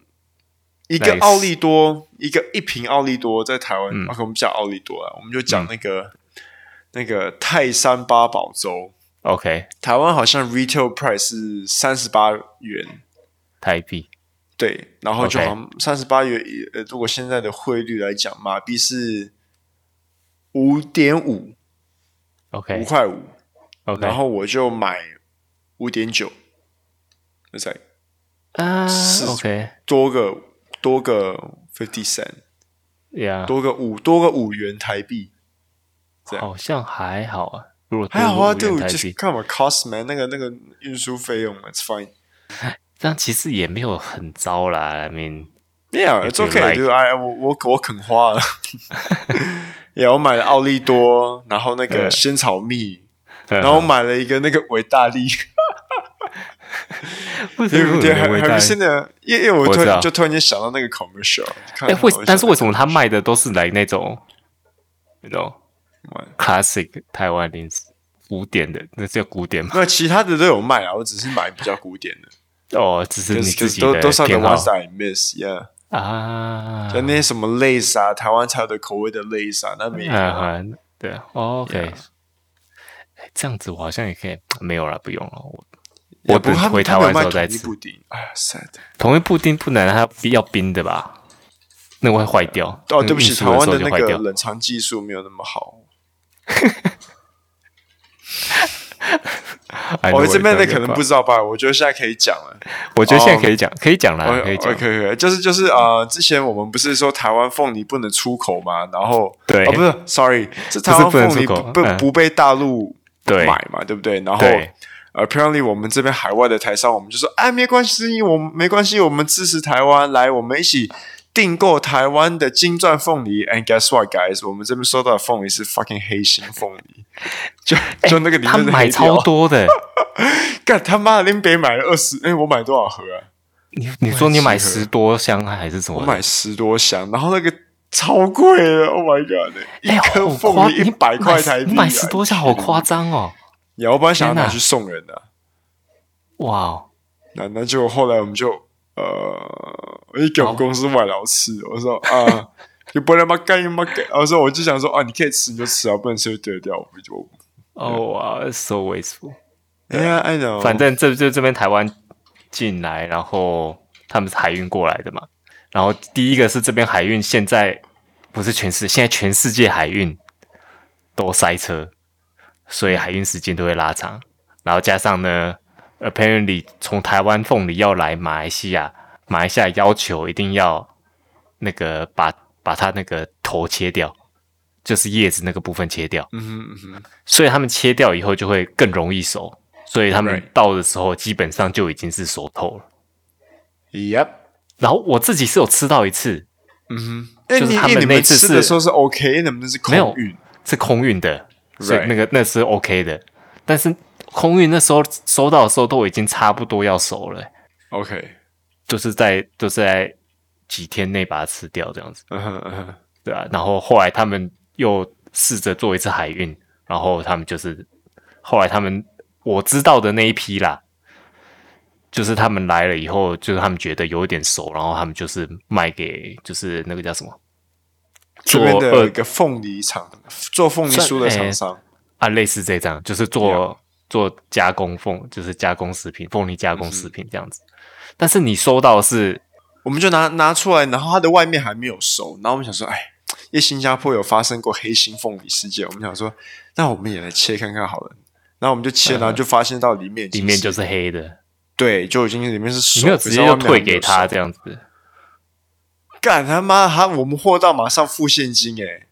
Speaker 1: 一个
Speaker 2: Nice 嗯
Speaker 1: 奥利多，一个一瓶奥利多在台湾、o k 我们不讲奥利多啊，我们就讲那个、那个泰山八宝粥
Speaker 2: OK，
Speaker 1: 台湾好像 retail price 是三十八元，
Speaker 2: 台币
Speaker 1: 对，然后就
Speaker 2: OK
Speaker 1: 好像三十八元，呃，如果现在的汇率来讲，马币是五点五五
Speaker 2: OK
Speaker 1: 块五，然
Speaker 2: OK
Speaker 1: 后我就买五点九，那才
Speaker 2: 啊
Speaker 1: 是
Speaker 2: OK
Speaker 1: 多个多个 fifty cent，
Speaker 2: Yeah，
Speaker 1: 多个五多个五元台币，这样
Speaker 2: 好像还好啊。如果
Speaker 1: 还好啊
Speaker 2: 多五元台
Speaker 1: ，dude，just
Speaker 2: 币，
Speaker 1: come on cost man，那个那个运输费用，it's fine。
Speaker 2: 这样其实也没有很糟啦。I mean，
Speaker 1: Yeah, it's
Speaker 2: If you
Speaker 1: okay.
Speaker 2: like.
Speaker 1: dude. I 我我我肯花 了。yeah，我买了奥利多，然后那个
Speaker 2: 嗯
Speaker 1: 仙草蜜，
Speaker 2: 然
Speaker 1: 然 后买了一个那个维大利，
Speaker 2: 为什
Speaker 1: 对
Speaker 2: 么
Speaker 1: 不
Speaker 2: 有
Speaker 1: 对？
Speaker 2: 人
Speaker 1: 还
Speaker 2: 会
Speaker 1: 还
Speaker 2: 带
Speaker 1: 不是呢？因为因为我
Speaker 2: 我
Speaker 1: 突
Speaker 2: 知
Speaker 1: 然
Speaker 2: 道
Speaker 1: 就突然间想到那个 commercial，看
Speaker 2: 哎，为
Speaker 1: 好像
Speaker 2: 但是为什么他卖的都是来那种那种 classic 台湾零食古典的？那叫古典吗？
Speaker 1: 那其他的都有卖啊？我只是买比较古典的，
Speaker 2: 哦，只是
Speaker 1: 就
Speaker 2: 你
Speaker 1: 是就
Speaker 2: 自
Speaker 1: 是
Speaker 2: 己
Speaker 1: 都
Speaker 2: 的
Speaker 1: 都是 the
Speaker 2: 偏好
Speaker 1: ones that I miss。Yeah，
Speaker 2: 啊。
Speaker 1: 像那些什么 lace 啊，台湾才有的口味的 lace 啊，那没有啊。
Speaker 2: 啊，对啊哦，OK，
Speaker 1: Yeah
Speaker 2: 哎这样子我好像也可以，没有了，不用了。我
Speaker 1: 也
Speaker 2: 我
Speaker 1: 不过
Speaker 2: 等
Speaker 1: 他们
Speaker 2: 回
Speaker 1: 他
Speaker 2: 台
Speaker 1: 们有
Speaker 2: 湾
Speaker 1: 卖
Speaker 2: 之后再
Speaker 1: 统一
Speaker 2: 吃
Speaker 1: 布丁，哎呀，sad。
Speaker 2: 同一布丁不能它要冰的吧？那会坏掉。
Speaker 1: 哦，对不起，
Speaker 2: 运输
Speaker 1: 台湾
Speaker 2: 时候
Speaker 1: 的
Speaker 2: 就
Speaker 1: 那
Speaker 2: 坏
Speaker 1: 个
Speaker 2: 掉
Speaker 1: 冷藏技术没有那么好。
Speaker 2: 哎
Speaker 1: 我
Speaker 2: 那
Speaker 1: 哦这边的
Speaker 2: 就
Speaker 1: 可能
Speaker 2: 快
Speaker 1: 不知哦道吧，我觉得现在可以讲了。
Speaker 2: 我觉得现在可以讲，可以讲
Speaker 1: 我
Speaker 2: 啦，可以讲
Speaker 1: OK，。可以，就是就是呃，之前我们不是说台湾凤梨不能出口嘛，然后
Speaker 2: 对
Speaker 1: 哦不是，sorry，是台湾
Speaker 2: 不是
Speaker 1: 凤
Speaker 2: 不能
Speaker 1: 梨
Speaker 2: 出口
Speaker 1: 不不
Speaker 2: 嗯
Speaker 1: 不被大陆
Speaker 2: 对
Speaker 1: 买嘛，对不对？然后
Speaker 2: 对
Speaker 1: apparently 我们这边海外的台商，我们就说哎没关系，我们没关系，我们支持台湾，来我们一起。订购台湾的金钻凤梨，and guess what, guys？我们这边收到的凤梨是 fucking 黑心凤梨，就就那个里
Speaker 2: 哎他
Speaker 1: 面的黑
Speaker 2: 买
Speaker 1: 条
Speaker 2: 超，多的，
Speaker 1: 干他妈的，林北买了二十，哎，我买多少盒啊？
Speaker 2: 你你说你
Speaker 1: 我
Speaker 2: 买
Speaker 1: 也是
Speaker 2: 十多箱还是什么
Speaker 1: 我
Speaker 2: 的？
Speaker 1: 买十多箱，然后那个超贵的，Oh my god！一
Speaker 2: 哎
Speaker 1: 颗
Speaker 2: 好
Speaker 1: 凤
Speaker 2: 夸
Speaker 1: 梨一
Speaker 2: 你
Speaker 1: 百块
Speaker 2: 买
Speaker 1: 台币啊，
Speaker 2: 你买十多箱好夸张哦！
Speaker 1: 你要不然想要
Speaker 2: 天哪
Speaker 1: 拿去送人的、
Speaker 2: 哇哦，
Speaker 1: 那那就后来我们就呃，我就给我们公司外劳吃，我 说啊，就不能嘛干嘛干，我说我就想说啊，你可以吃你就吃啊，不能吃就丢掉，我不就。Oh,
Speaker 2: 哦哇，so wasteful。
Speaker 1: 哎呀，I know，
Speaker 2: 啊反正这就这边台湾进来，然后他们是海运过来的嘛。然后第一个是这边海运现在不是全世，现在全世界海运都塞车，所以海运时间都会拉长。然后加上呢，apparently 从台湾凤梨要来马来西亚，马来西亚要求一定要那个把把它那个头切掉，就是叶子那个部分切掉。
Speaker 1: 嗯哼嗯哼，
Speaker 2: 所以他们切掉以后就会更容易熟，所以他们
Speaker 1: Right.
Speaker 2: 到的时候基本上就已经是熟透了。
Speaker 1: yep，
Speaker 2: 然后我自己是有吃到一次，
Speaker 1: 嗯哼，哎，
Speaker 2: 就是
Speaker 1: 你
Speaker 2: 他们
Speaker 1: 哎你
Speaker 2: 那
Speaker 1: 们
Speaker 2: 次
Speaker 1: 吃的
Speaker 2: 是
Speaker 1: 时候是 OK，因为你们那是空
Speaker 2: 没有
Speaker 1: 运，
Speaker 2: 是空运的，所以
Speaker 1: Right.
Speaker 2: 那个那是 OK 的。但是空运那时候收到的时候都已经差不多要熟了、
Speaker 1: OK，
Speaker 2: 就是在就是在几天内把它吃掉这样子，
Speaker 1: 嗯哼嗯哼，
Speaker 2: 对啊。然后后来他们又试着做一次海运，然后他们就是后来他们我知道的那一批啦，就是他们来了以后，就是他们觉得有一点熟，然后他们就是卖给就是那个叫什么
Speaker 1: 这
Speaker 2: 做
Speaker 1: 边的
Speaker 2: 二
Speaker 1: 一个凤梨厂，做凤梨
Speaker 2: 算
Speaker 1: 酥的厂
Speaker 2: 哎
Speaker 1: 商。
Speaker 2: 啊，类似这张，就是做
Speaker 1: Yeah.
Speaker 2: 做加工凤，就是加工食品，凤梨加
Speaker 1: 嗯
Speaker 2: 工食品这样子。但是你收到的是
Speaker 1: 我们就拿拿出来，然后它的外面还没有熟，然后我们想说，哎，因为新加坡有发生过黑心凤梨事件，我们想说，那我们也来切看看好了。然后我们就切，然后就发现到里面已经
Speaker 2: 嗯里面就是黑的，
Speaker 1: 对，就已经里面是熟，
Speaker 2: 你没有直接就退给他这
Speaker 1: 样。
Speaker 2: 样子。
Speaker 1: 干他妈，他我们货到马上付现金哎、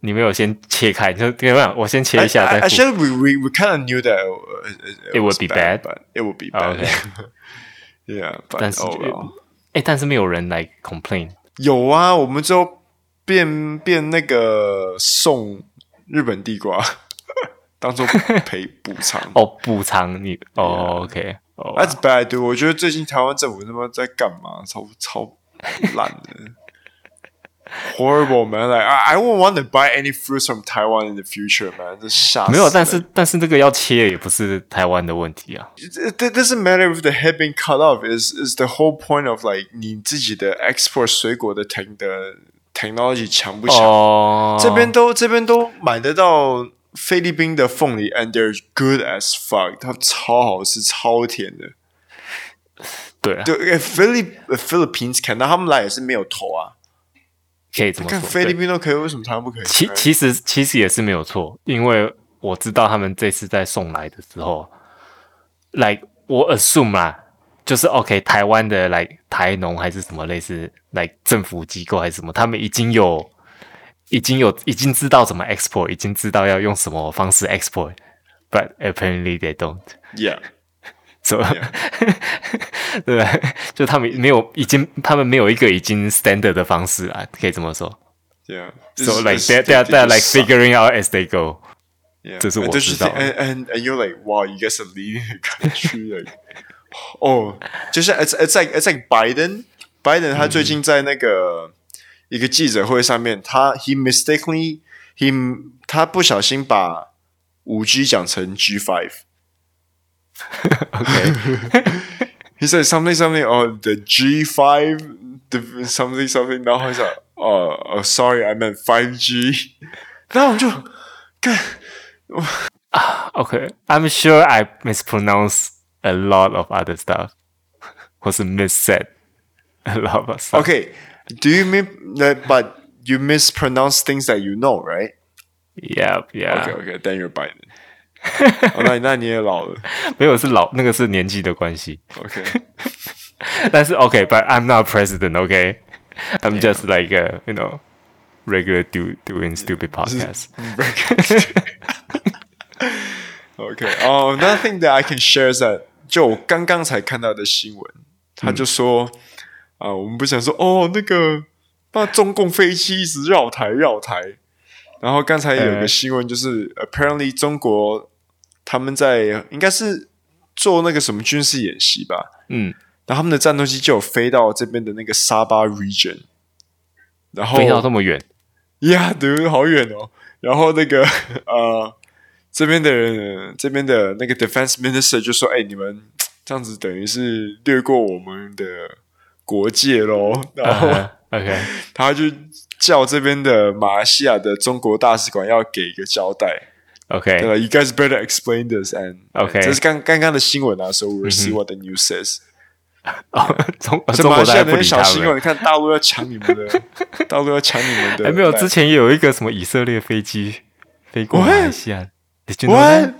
Speaker 2: 你没有先切开，你就跟我讲，我先切一下
Speaker 1: I, I,
Speaker 2: 再付。
Speaker 1: actually, we we we kind of knew that uh, it,
Speaker 2: It
Speaker 1: was
Speaker 2: would be bad.
Speaker 1: but it would be
Speaker 2: Oh,
Speaker 1: bad.
Speaker 2: okay.
Speaker 1: yeah,
Speaker 2: 但
Speaker 1: but
Speaker 2: 是
Speaker 1: oh
Speaker 2: 就
Speaker 1: well.
Speaker 2: 哎、但是没有人来 complain，
Speaker 1: 有啊，我们最后变变那个送日本地瓜， 当做赔补偿。
Speaker 2: 哦，补偿你哦，OK，哦
Speaker 1: That's bad, dude. 我觉得最近台湾政府他妈在干嘛？超超烂 的，horrible man. Like I I won't want to buy any fruits from Taiwan in the future, man. 这吓死人
Speaker 2: 没有，但是但是这个要切也不是台湾的问题啊。
Speaker 1: it it doesn't matter if the head being cut off is is the whole point of like 你自己的 export 水果的 tech 的 technology 强不强？
Speaker 2: 哦，
Speaker 1: 这边都这边都买得到菲律宾的凤梨 and they're good as fuck，它超好吃，超甜的。
Speaker 2: 对啊，
Speaker 1: 对，哎菲律 Philippines can，那他们来也是没有头啊。
Speaker 2: 可以这么说。
Speaker 1: 看菲律
Speaker 2: 对
Speaker 1: 宾都可以，为什么台湾不可以？
Speaker 2: 其其实其实也是没有错，因为我知道他们这次在送来的时候，来、我 assume 啦，就是 OK 台湾的来、台农还是什么类似来、政府机构还是什么，他们已经有已经有已经知道怎么 export，已经知道要用什么方式 export，but apparently they don't。
Speaker 1: yeah，
Speaker 2: So，对， 就他们没有已经，他们没有一个已经 standard 的方式啊，可以这么说。
Speaker 1: Yeah. This
Speaker 2: So
Speaker 1: is-
Speaker 2: like
Speaker 1: this-
Speaker 2: they they are
Speaker 1: this
Speaker 2: they are like
Speaker 1: sucks.
Speaker 2: figuring out as they go.
Speaker 1: Yeah.
Speaker 2: 这是我
Speaker 1: And that's
Speaker 2: 知
Speaker 1: just
Speaker 2: 道
Speaker 1: it. And and and you're like, wow, you guys are leading the country like, oh, 就是 it's it's like it's like Biden. Biden 他最近在那个一个记者会上面，他 he mistakenly he 他不小心把五 G 讲成 G five。
Speaker 2: OK，
Speaker 1: He said something something on the G five the something something，然后他讲哦哦，sorry I meant five G，然后我们就
Speaker 2: OK。I'm sure I mispronounce a lot of other stuff，或是 missaid a lot of stuff。
Speaker 1: okay do you mean that but you mispronounce things that you know right
Speaker 2: Yeah,
Speaker 1: okay
Speaker 2: yeah。
Speaker 1: okay then you're Biden 哦那那你也老了
Speaker 2: 没有是老那个是年纪的关系，
Speaker 1: okay
Speaker 2: 但是 OK，but I'm not president. OK, I'm just like a you know regular dude doing stupid podcasts.
Speaker 1: okay oh another thing that I can share is that 就我刚刚才看到的新闻他就说啊、我们不想说哦，那个那中共飞机一直绕台绕台。然后刚才有一个
Speaker 2: 呃
Speaker 1: 新闻，就是 apparently 中国他们在应该是做那个什么军事演习吧，
Speaker 2: 嗯，
Speaker 1: 然后他们的战斗机就有飞到这边的那个沙巴 region，然后
Speaker 2: 飞到这么远，
Speaker 1: 呀，对，好远哦。然后那个呃，这边的人，这边的那个 defense minister 就说：“哎，你们这样子等于是略过我们的国界喽。”然
Speaker 2: 啊
Speaker 1: 后
Speaker 2: Uh-huh. OK，
Speaker 1: 他就叫这边的马来西亚的中国大使馆要给一个交代。
Speaker 2: OK，
Speaker 1: 对了，You 啊 guys better explain this and 哎
Speaker 2: 哎 OK Mm-hmm
Speaker 1: 这是刚刚刚的新闻啊，So we'll see what the news says。
Speaker 2: 哦， 中
Speaker 1: 所
Speaker 2: 中
Speaker 1: 以马来
Speaker 2: 国
Speaker 1: 西
Speaker 2: 大
Speaker 1: 亚
Speaker 2: 家
Speaker 1: 那
Speaker 2: 不
Speaker 1: 些
Speaker 2: 理
Speaker 1: 小
Speaker 2: 他
Speaker 1: 新闻，
Speaker 2: 们。
Speaker 1: 你看大陆要抢你们 的，大陆要抢你们的。
Speaker 2: 还没有，之前有一个什么以色列飞机飞过马
Speaker 1: What？
Speaker 2: 来西亚，Did you know
Speaker 1: What?
Speaker 2: that?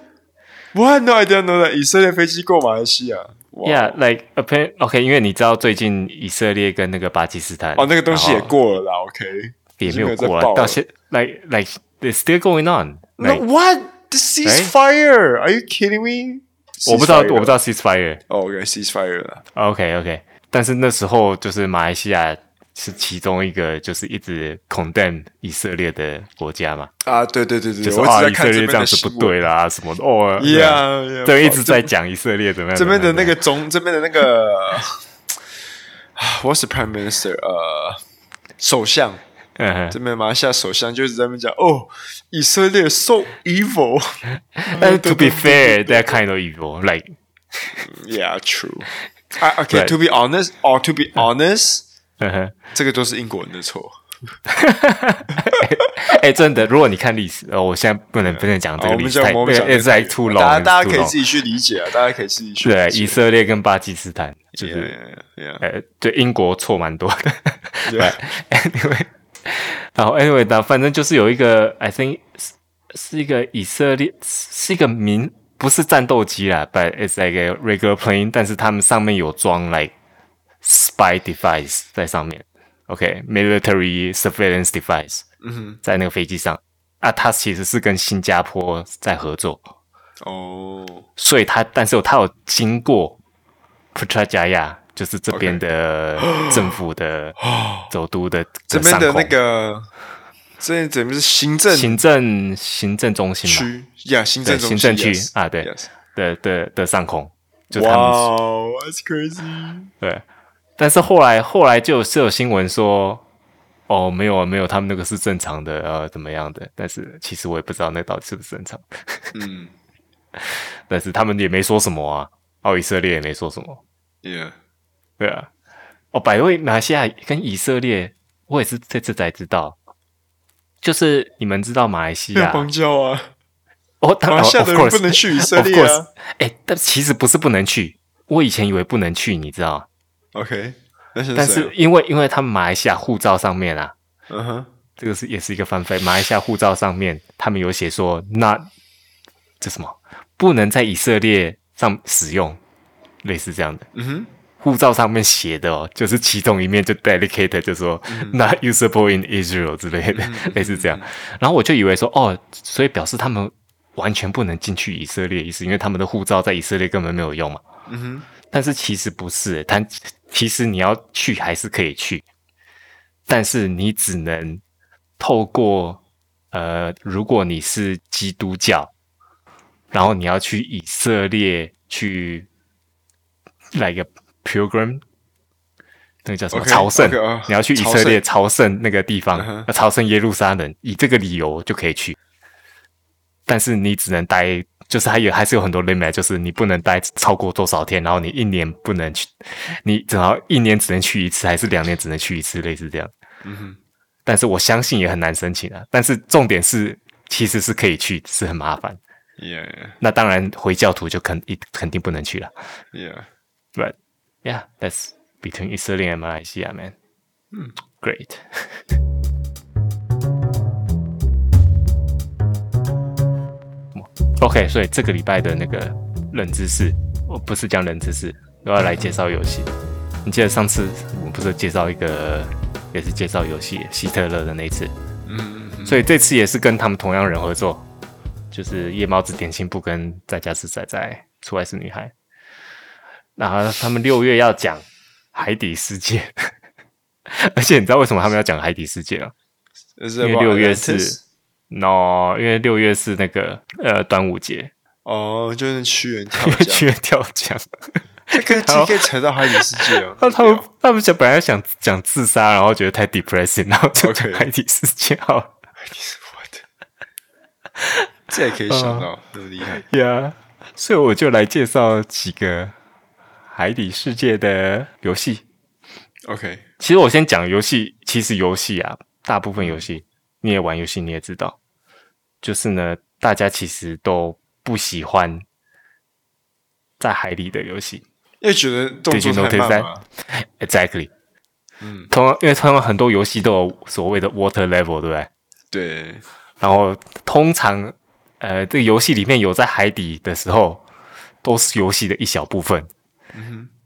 Speaker 1: What? No, I didn't know that. 以色列飞机过马来西亚。哇
Speaker 2: Yeah, like a p p a r e OK，因为你知道最近以色列跟那个巴基斯坦，
Speaker 1: 哦，那个东西也
Speaker 2: 然后
Speaker 1: 过了啦。OK，
Speaker 2: 也没有
Speaker 1: 已经没
Speaker 2: 过
Speaker 1: 有在报
Speaker 2: 啊，
Speaker 1: 了
Speaker 2: 到现 like like it's still going on。
Speaker 1: 那
Speaker 2: like
Speaker 1: What? The ceasefire? Are you kidding me?
Speaker 2: 我不知道，
Speaker 1: Ceasefire
Speaker 2: 我不知道 ceasefire。
Speaker 1: 哦，OK，ceasefire 了。
Speaker 2: OK OK，但是那时候就是马来西亚是其中一个就是一直 condemn 以色列的国家嘛，
Speaker 1: 啊，对对对
Speaker 2: 就
Speaker 1: 对，
Speaker 2: 是
Speaker 1: 我
Speaker 2: 啊
Speaker 1: 只在
Speaker 2: 以色
Speaker 1: 看这
Speaker 2: 列
Speaker 1: 边
Speaker 2: 这样
Speaker 1: 的
Speaker 2: 子不
Speaker 1: 新闻。
Speaker 2: 对啦什么的哦，对啊
Speaker 1: Yeah，
Speaker 2: 对，
Speaker 1: yeah，
Speaker 2: 一直在讲以色列怎么样。
Speaker 1: 这边的
Speaker 2: 怎么
Speaker 1: 那
Speaker 2: 样
Speaker 1: 个总，这边的那个，What's the Prime Minister？呃，首相。
Speaker 2: 嗯哼
Speaker 1: 这边马来西亚首相就是在那边讲哦，以色列 so evil。
Speaker 2: 但 to be fair, that kind of evil. Like,
Speaker 1: Yeah, true. I, okay,
Speaker 2: Right.
Speaker 1: to be honest, or to be honest，
Speaker 2: 哎、
Speaker 1: 这个都是英国人的错。
Speaker 2: 欸真的，如果你看历史，呃，我现在不能不能讲这
Speaker 1: 好，
Speaker 2: 个
Speaker 1: 我
Speaker 2: 历
Speaker 1: 们
Speaker 2: 史，
Speaker 1: 讲
Speaker 2: 太
Speaker 1: 我们讲
Speaker 2: ，it's like too long，
Speaker 1: 大家大家可
Speaker 2: it's too
Speaker 1: 以
Speaker 2: long
Speaker 1: 自己去理解啊，大家可以自己去
Speaker 2: 对
Speaker 1: 理解。
Speaker 2: 以色列跟巴基斯坦，就是
Speaker 1: Yeah, yeah, yeah.
Speaker 2: 呃，对英国错蛮多的。
Speaker 1: Yeah.
Speaker 2: anyway，然后 anyway，然后反正就是有一个，I think 是是一个以色列，是一个民，不是战斗机啦，but it's like a regular plane，但是他们上面有装 like spy device 在上面，OK，military、surveillance device，嗯，在那个飞机上啊，它其实是跟新加坡在合作，
Speaker 1: 哦，
Speaker 2: 所以它但是有它有经过普查加亚，就是这边的政府的首都的
Speaker 1: 哦这边的
Speaker 2: 上空
Speaker 1: 那个，这边怎么是行政
Speaker 2: 行政行政中心嘛
Speaker 1: 区呀？行政
Speaker 2: 对
Speaker 1: 中
Speaker 2: 行政区
Speaker 1: yes,
Speaker 2: 啊，对
Speaker 1: yes.
Speaker 2: 的的的上空，就他们
Speaker 1: Wow, that's crazy.
Speaker 2: 对，但是后来后来就是有新闻说，哦，没有啊，没有，他们那个是正常的，呃，怎么样的？但是其实我也不知道那到底是不是正常，
Speaker 1: 嗯
Speaker 2: 但是他们也没说什么啊，奥以色列也没说什么，
Speaker 1: ，Yeah.
Speaker 2: 对啊，哦，百位马来西亚跟以色列，我也是这次才知道，就是你们知道马来西
Speaker 1: 没有
Speaker 2: 亚
Speaker 1: 邦交啊，
Speaker 2: 哦，当
Speaker 1: 马
Speaker 2: 然
Speaker 1: 来西亚
Speaker 2: of
Speaker 1: 的人
Speaker 2: course
Speaker 1: 不能去以色
Speaker 2: of
Speaker 1: 列
Speaker 2: course，
Speaker 1: 啊。
Speaker 2: 哎、但其实不是不能去，我以前以为不能去，你知道吗？
Speaker 1: OK，那现在
Speaker 2: 但是因为因为他们马来西亚护照上面啊，
Speaker 1: 嗯哼，
Speaker 2: 这个是也是一个翻飞，马来西亚护照上面他们有写说，那这什么不能在以色列上使用，类似这样的。
Speaker 1: 嗯哼，
Speaker 2: 护照上面写的哦，就是其中一面就 delicate 就说 not usable in Israel 之类的，类似这样。然后我就以为说，哦，所以表示他们完全不能进去以色列，意思因为他们的护照在以色列根本没有用嘛。
Speaker 1: 嗯哼，
Speaker 2: 但是其实不是，它其实你要去还是可以去，但是你只能透过呃，如果你是基督教，然后你要去以色列去来一个 pilgrim，那个叫什么
Speaker 1: OK，
Speaker 2: 朝圣
Speaker 1: OK，啊
Speaker 2: 你要去以色列朝圣那个地方
Speaker 1: 嗯哼，
Speaker 2: 要朝圣耶路撒冷，以这个理由就可以去，但是你只能待，就是还有还是有很多 limit，就是你不能待超过多少天，然后你一年不能去，你只要一年只能去一次，还是两年只能去一次，类似这样。
Speaker 1: 嗯哼，
Speaker 2: 但是我相信也很难申请啊。但是重点是，其实是可以去，只是很麻烦。
Speaker 1: ，Yeah，Yeah，
Speaker 2: 那当然，回教徒就肯一肯定不能去了。
Speaker 1: yeah.
Speaker 2: But yeah, that's between Israel and Malaysia, man.
Speaker 1: Hmm.
Speaker 2: Great. OK，所以这个礼拜的那个冷知识，我不是讲冷知识，我要来介绍游戏。你记得上次我们不是介绍一个，也是介绍游戏希特勒的那一次，
Speaker 1: 嗯嗯
Speaker 2: 所以这次也是跟他们同样人合作，就是夜猫子点心部跟在家是仔仔，出来是女孩。那他们六月要讲海底世界， 而且你知道为什么他们要讲海底世界啊
Speaker 1: 嗯，是
Speaker 2: 因为六月是？no，因为六月是那个呃端午节，
Speaker 1: 哦，就是屈原跳
Speaker 2: 因为
Speaker 1: 江，
Speaker 2: 去跳江。
Speaker 1: 这个这个可以踩到海底世界哦。
Speaker 2: 那他们 他们想本来想讲自杀，然后觉得太 depressing，然后就讲
Speaker 1: OK
Speaker 2: 海底世界好了。
Speaker 1: what？这也 可以
Speaker 2: 嗯
Speaker 1: 想到，那么厉害。
Speaker 2: 呀所以我就来介绍几个海底世界的游戏。
Speaker 1: OK，
Speaker 2: 其实我先讲游戏，其实游戏啊，大部分游戏你也玩游戏，你也知道，就是呢，大家其实都不喜欢在海里的游戏。
Speaker 1: 因为觉得动作太慢嘛。
Speaker 2: Exactly，
Speaker 1: 嗯，
Speaker 2: 通常因为通常很多游戏都有所谓的 water level，对不对？
Speaker 1: 对，
Speaker 2: 然后通常呃，这个游戏里面有在海底的时候，都是游戏的一小部分。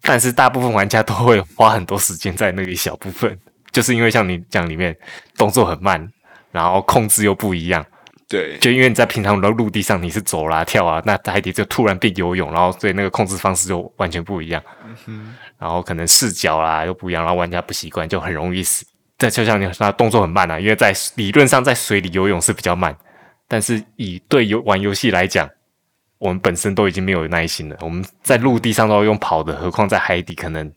Speaker 2: 但是大部分玩家都会花很多时间在那个一小部分，就是因为像你讲里面动作很慢，然后控制又不一样。
Speaker 1: 对，
Speaker 2: 就因为你在平常的陆地上你是走啦、跳啊，那海底就突然变游泳，然后所以那个控制方式就完全不一样。然后可能视角啦又不一样，然后玩家不习惯就很容易死。这就像你说，动作很慢啊，因为在理论上在水里游泳是比较慢，但是以对游玩游戏来讲，我们本身都已经没有耐心了。我们在陆地上都要用跑的，何况在海底可能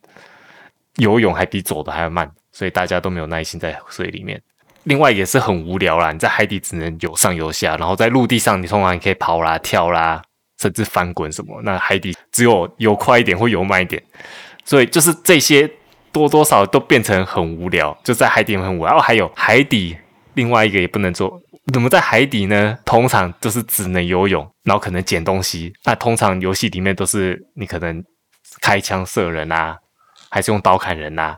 Speaker 2: 游泳还比走的还要慢，所以大家都没有耐心在水里面。另外也是很无聊啦，你在海底只能有上有下，然后在陆地上你通常可以跑啦、跳啦，甚至翻滚什么。那海底只有游快一点或游慢一点，所以就是这些多多少少都变成很无聊，就在海底很无聊。哦，还有海底另外一个也不能做。怎么在海底呢？通常就是只能游泳，然后可能捡东西。那通常游戏里面都是你可能开枪射人啊，还是用刀砍人啊，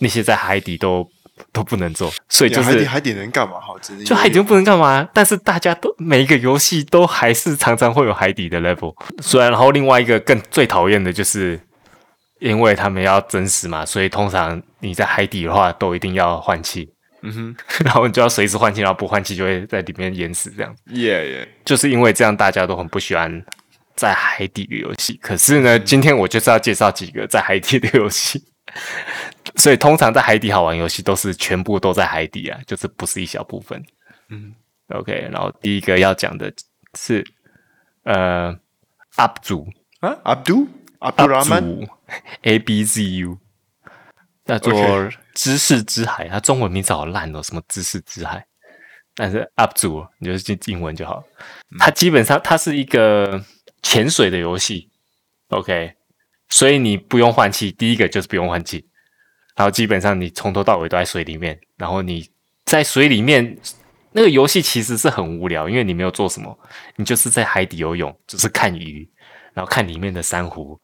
Speaker 2: 那些在海底都都不能做。所以就
Speaker 1: 海底
Speaker 2: 是
Speaker 1: 海底能干嘛？好，真的
Speaker 2: 就海底不能干嘛，但是大家都每一个游戏都还是常常会有海底的 level。虽然，然后另外一个更最讨厌的就是，因为他们要真实嘛，所以通常你在海底的话都一定要换气，
Speaker 1: 嗯
Speaker 2: 然后你就要随时换气，然后不换气就会在里面淹死这样。
Speaker 1: 哼，Yeah Yeah，
Speaker 2: 就是因为这样，大家都很不喜欢在海底的游戏。可是呢，今天我就是要介绍几个在海底的游戏。 所以通常在海底好玩游戏都是全部都在海底啊，就是不是一小部分。
Speaker 1: 嗯
Speaker 2: OK，然后第一个要讲的是呃，UP 主
Speaker 1: 啊，Abdul Abdul
Speaker 2: UP
Speaker 1: Rahman，
Speaker 2: 主 A B Z U，叫做
Speaker 1: OK
Speaker 2: 知识之海，它中文名字好烂哦，什么知识之海，但是 UP 主你就是记英文就好。它基本上它是一个潜水的游戏，OK，所以你不用换气，第一个就是不用换气，然后基本上你从头到尾都在水里面，然后你在水里面那个游戏其实是很无聊，因为你没有做什么，你就是在海底游泳，就是看鱼，然后看里面的珊瑚，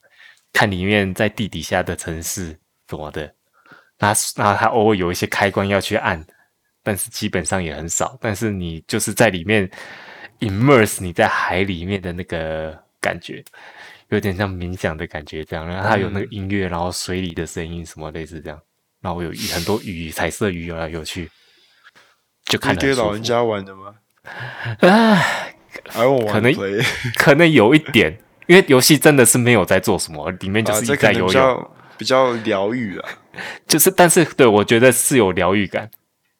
Speaker 2: 看里面在地底下的城市什么的。那那它偶尔有一些开关要去按，但是基本上也很少。但是你就是在里面 immerse 你在海里面的那个感觉，有点像冥想的感觉这样。然后它有
Speaker 1: 嗯
Speaker 2: 那个音乐，然后水里的声音什么类似这样。然后有鱼很多鱼，彩色鱼游来游去，就看
Speaker 1: 你
Speaker 2: 得
Speaker 1: 给
Speaker 2: 很舒
Speaker 1: 老
Speaker 2: 服
Speaker 1: 人家玩的吗
Speaker 2: 唉
Speaker 1: ？I don't
Speaker 2: 可
Speaker 1: want
Speaker 2: 能
Speaker 1: to play 啊
Speaker 2: 可能有一点，因为游戏真的是没有在做什么，里面就
Speaker 1: 啊，
Speaker 2: 是一直
Speaker 1: 这可
Speaker 2: 在
Speaker 1: 能
Speaker 2: 游
Speaker 1: 比
Speaker 2: 泳，
Speaker 1: 较比较疗愈啊。
Speaker 2: 就是但是对我觉得是有疗愈感。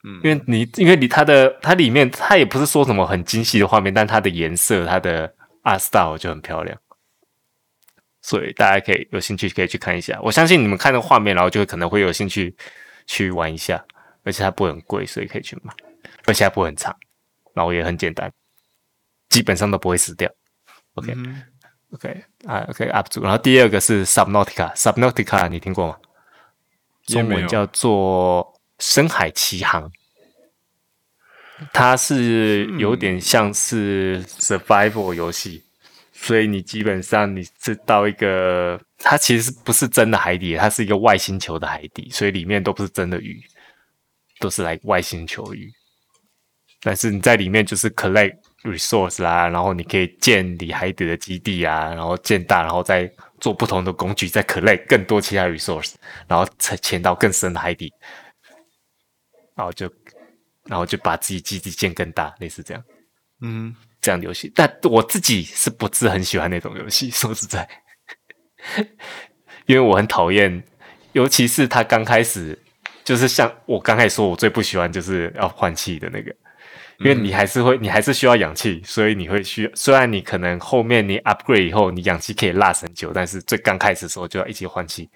Speaker 1: 嗯
Speaker 2: 因为你，因为你它的它里面，它也不是说什么很精细的画面，但它的颜色、它的 art style 就很漂亮，所以大家可以有兴趣可以去看一下。我相信你们看的画面，然后就可能会有兴趣去玩一下，而且它不会很贵，所以可以去买，而且它不会很长，然后也很简单，基本上都不会死掉。OK，
Speaker 1: 嗯
Speaker 2: OK 啊，OK UP 主，然后第二个是 Subnautica，Subnautica 你听过吗？
Speaker 1: 也
Speaker 2: 中
Speaker 1: 没有
Speaker 2: 文叫做《深海奇航》，它是有点像是 survival 游戏，所以你基本上你是到一个，它其实不是真的海底，它是一个外星球的海底，所以里面都不是真的鱼，都是来外星球鱼。但是你在里面就是 collect resource 啦，然后你可以建里海底的基地啊，然后建大，然后再做不同的工具，再 collect 更多其他 resource，然后才潜到更深的海底，然后就然后就把自己基地建更大，类似这样
Speaker 1: 嗯，
Speaker 2: 这样的游戏。但我自己是不是很喜欢那种游戏？ 说实在，因为我很讨厌，尤其是他刚开始，就是像我刚才说，我最不喜欢就是要换气的那个，因为你还是会，你还是需要氧气，所以你会需，虽然你可能后面你 upgrade 以后，你氧气可以 last 很久，但是最刚开始的时候就要一起换气，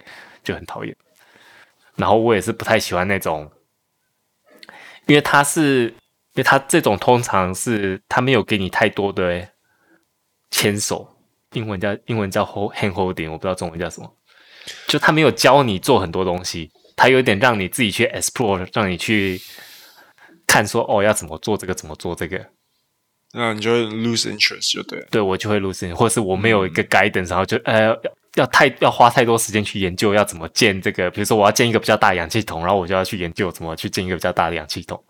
Speaker 2: 就很讨厌。然后我也是不太喜欢那种，因为它是，因为它这种通常是它没有给你太多的牵手，英文叫英文叫 hold hand holding，我不知道中文叫什么。就他没有教你做很多东西，他有点让你自己去 explore，让你去看说哦要怎么做这个，怎么做这个。
Speaker 1: 那你就会 lose interest 就对了。
Speaker 2: 对我就会 lose，it，或是我没有一个 guidance，、然后就呃要要太要花太多时间去研究要怎么建这个，比如说我要建一个比较大的氧气筒，然后我就要去研究怎么去建一个比较大的氧气筒，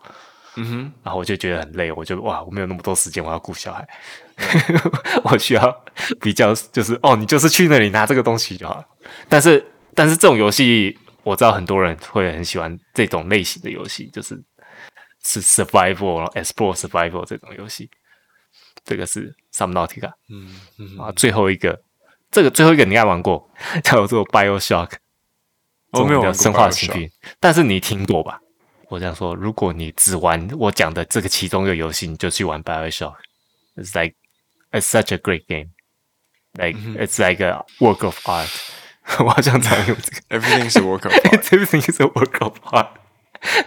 Speaker 1: 嗯哼，
Speaker 2: 然后我就觉得很累，我就哇我没有那么多时间，我要顾小孩，
Speaker 1: 嗯
Speaker 2: 我需要比较就是哦你就是去那里拿这个东西就好了，但是但是这种游戏我知道很多人会很喜欢这种类型的游戏，就是是 survival 然后 explore survival 这种游戏，这个是 Subnautica。
Speaker 1: 嗯嗯，
Speaker 2: 啊，最后一个，这个最后一个你应该玩过，叫做 BioShock，
Speaker 1: 我哦没有
Speaker 2: 中文叫
Speaker 1: 玩过
Speaker 2: 生化奇
Speaker 1: BioShock
Speaker 2: 兵，但是你听过吧？我这样说，如果你只玩我讲的这个其中一个游戏，你就去玩 BioShock。It's like it's such a great game, like
Speaker 1: Mm-hmm.
Speaker 2: it's like a work of art 。 我好像常用这个
Speaker 1: Everything's a work of art。
Speaker 2: ，It's everything is a work of art。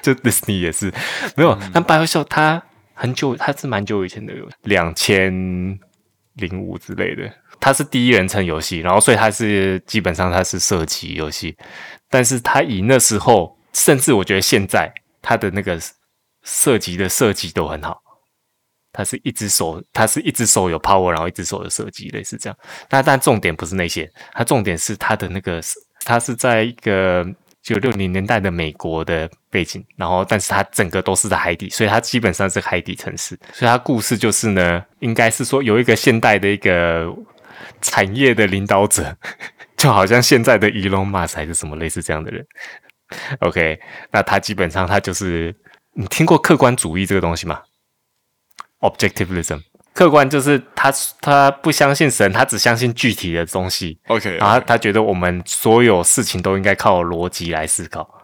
Speaker 2: 就 Disney 也是没有，但 BioShock 它很久，它是蛮久以前的游戏，两千零五之类的。它是第一人称游戏，然后所以它是基本上它是射击游戏，但是它以那时候，甚至我觉得现在它的那个射击的设计都很好。它是一只手，它是一只手有 power，然后一只手有射击，类似这样。那但重点不是那些，它重点是它的那个，它是在一个九六零年代的美国的背景，然后但是它整个都是在海底，所以它基本上是海底城市。所以它故事就是呢，应该是说有一个现代的一个产业的领导者， 就好像现在的 Elon Musk 还是什么类似这样的人。OK，那他基本上他就是你听过客观主义这个东西吗？objectivism。客观就是他他不相信神，他只相信具体的东西，
Speaker 1: OK，
Speaker 2: 然后他他觉得我们所有事情都应该靠逻辑来思考。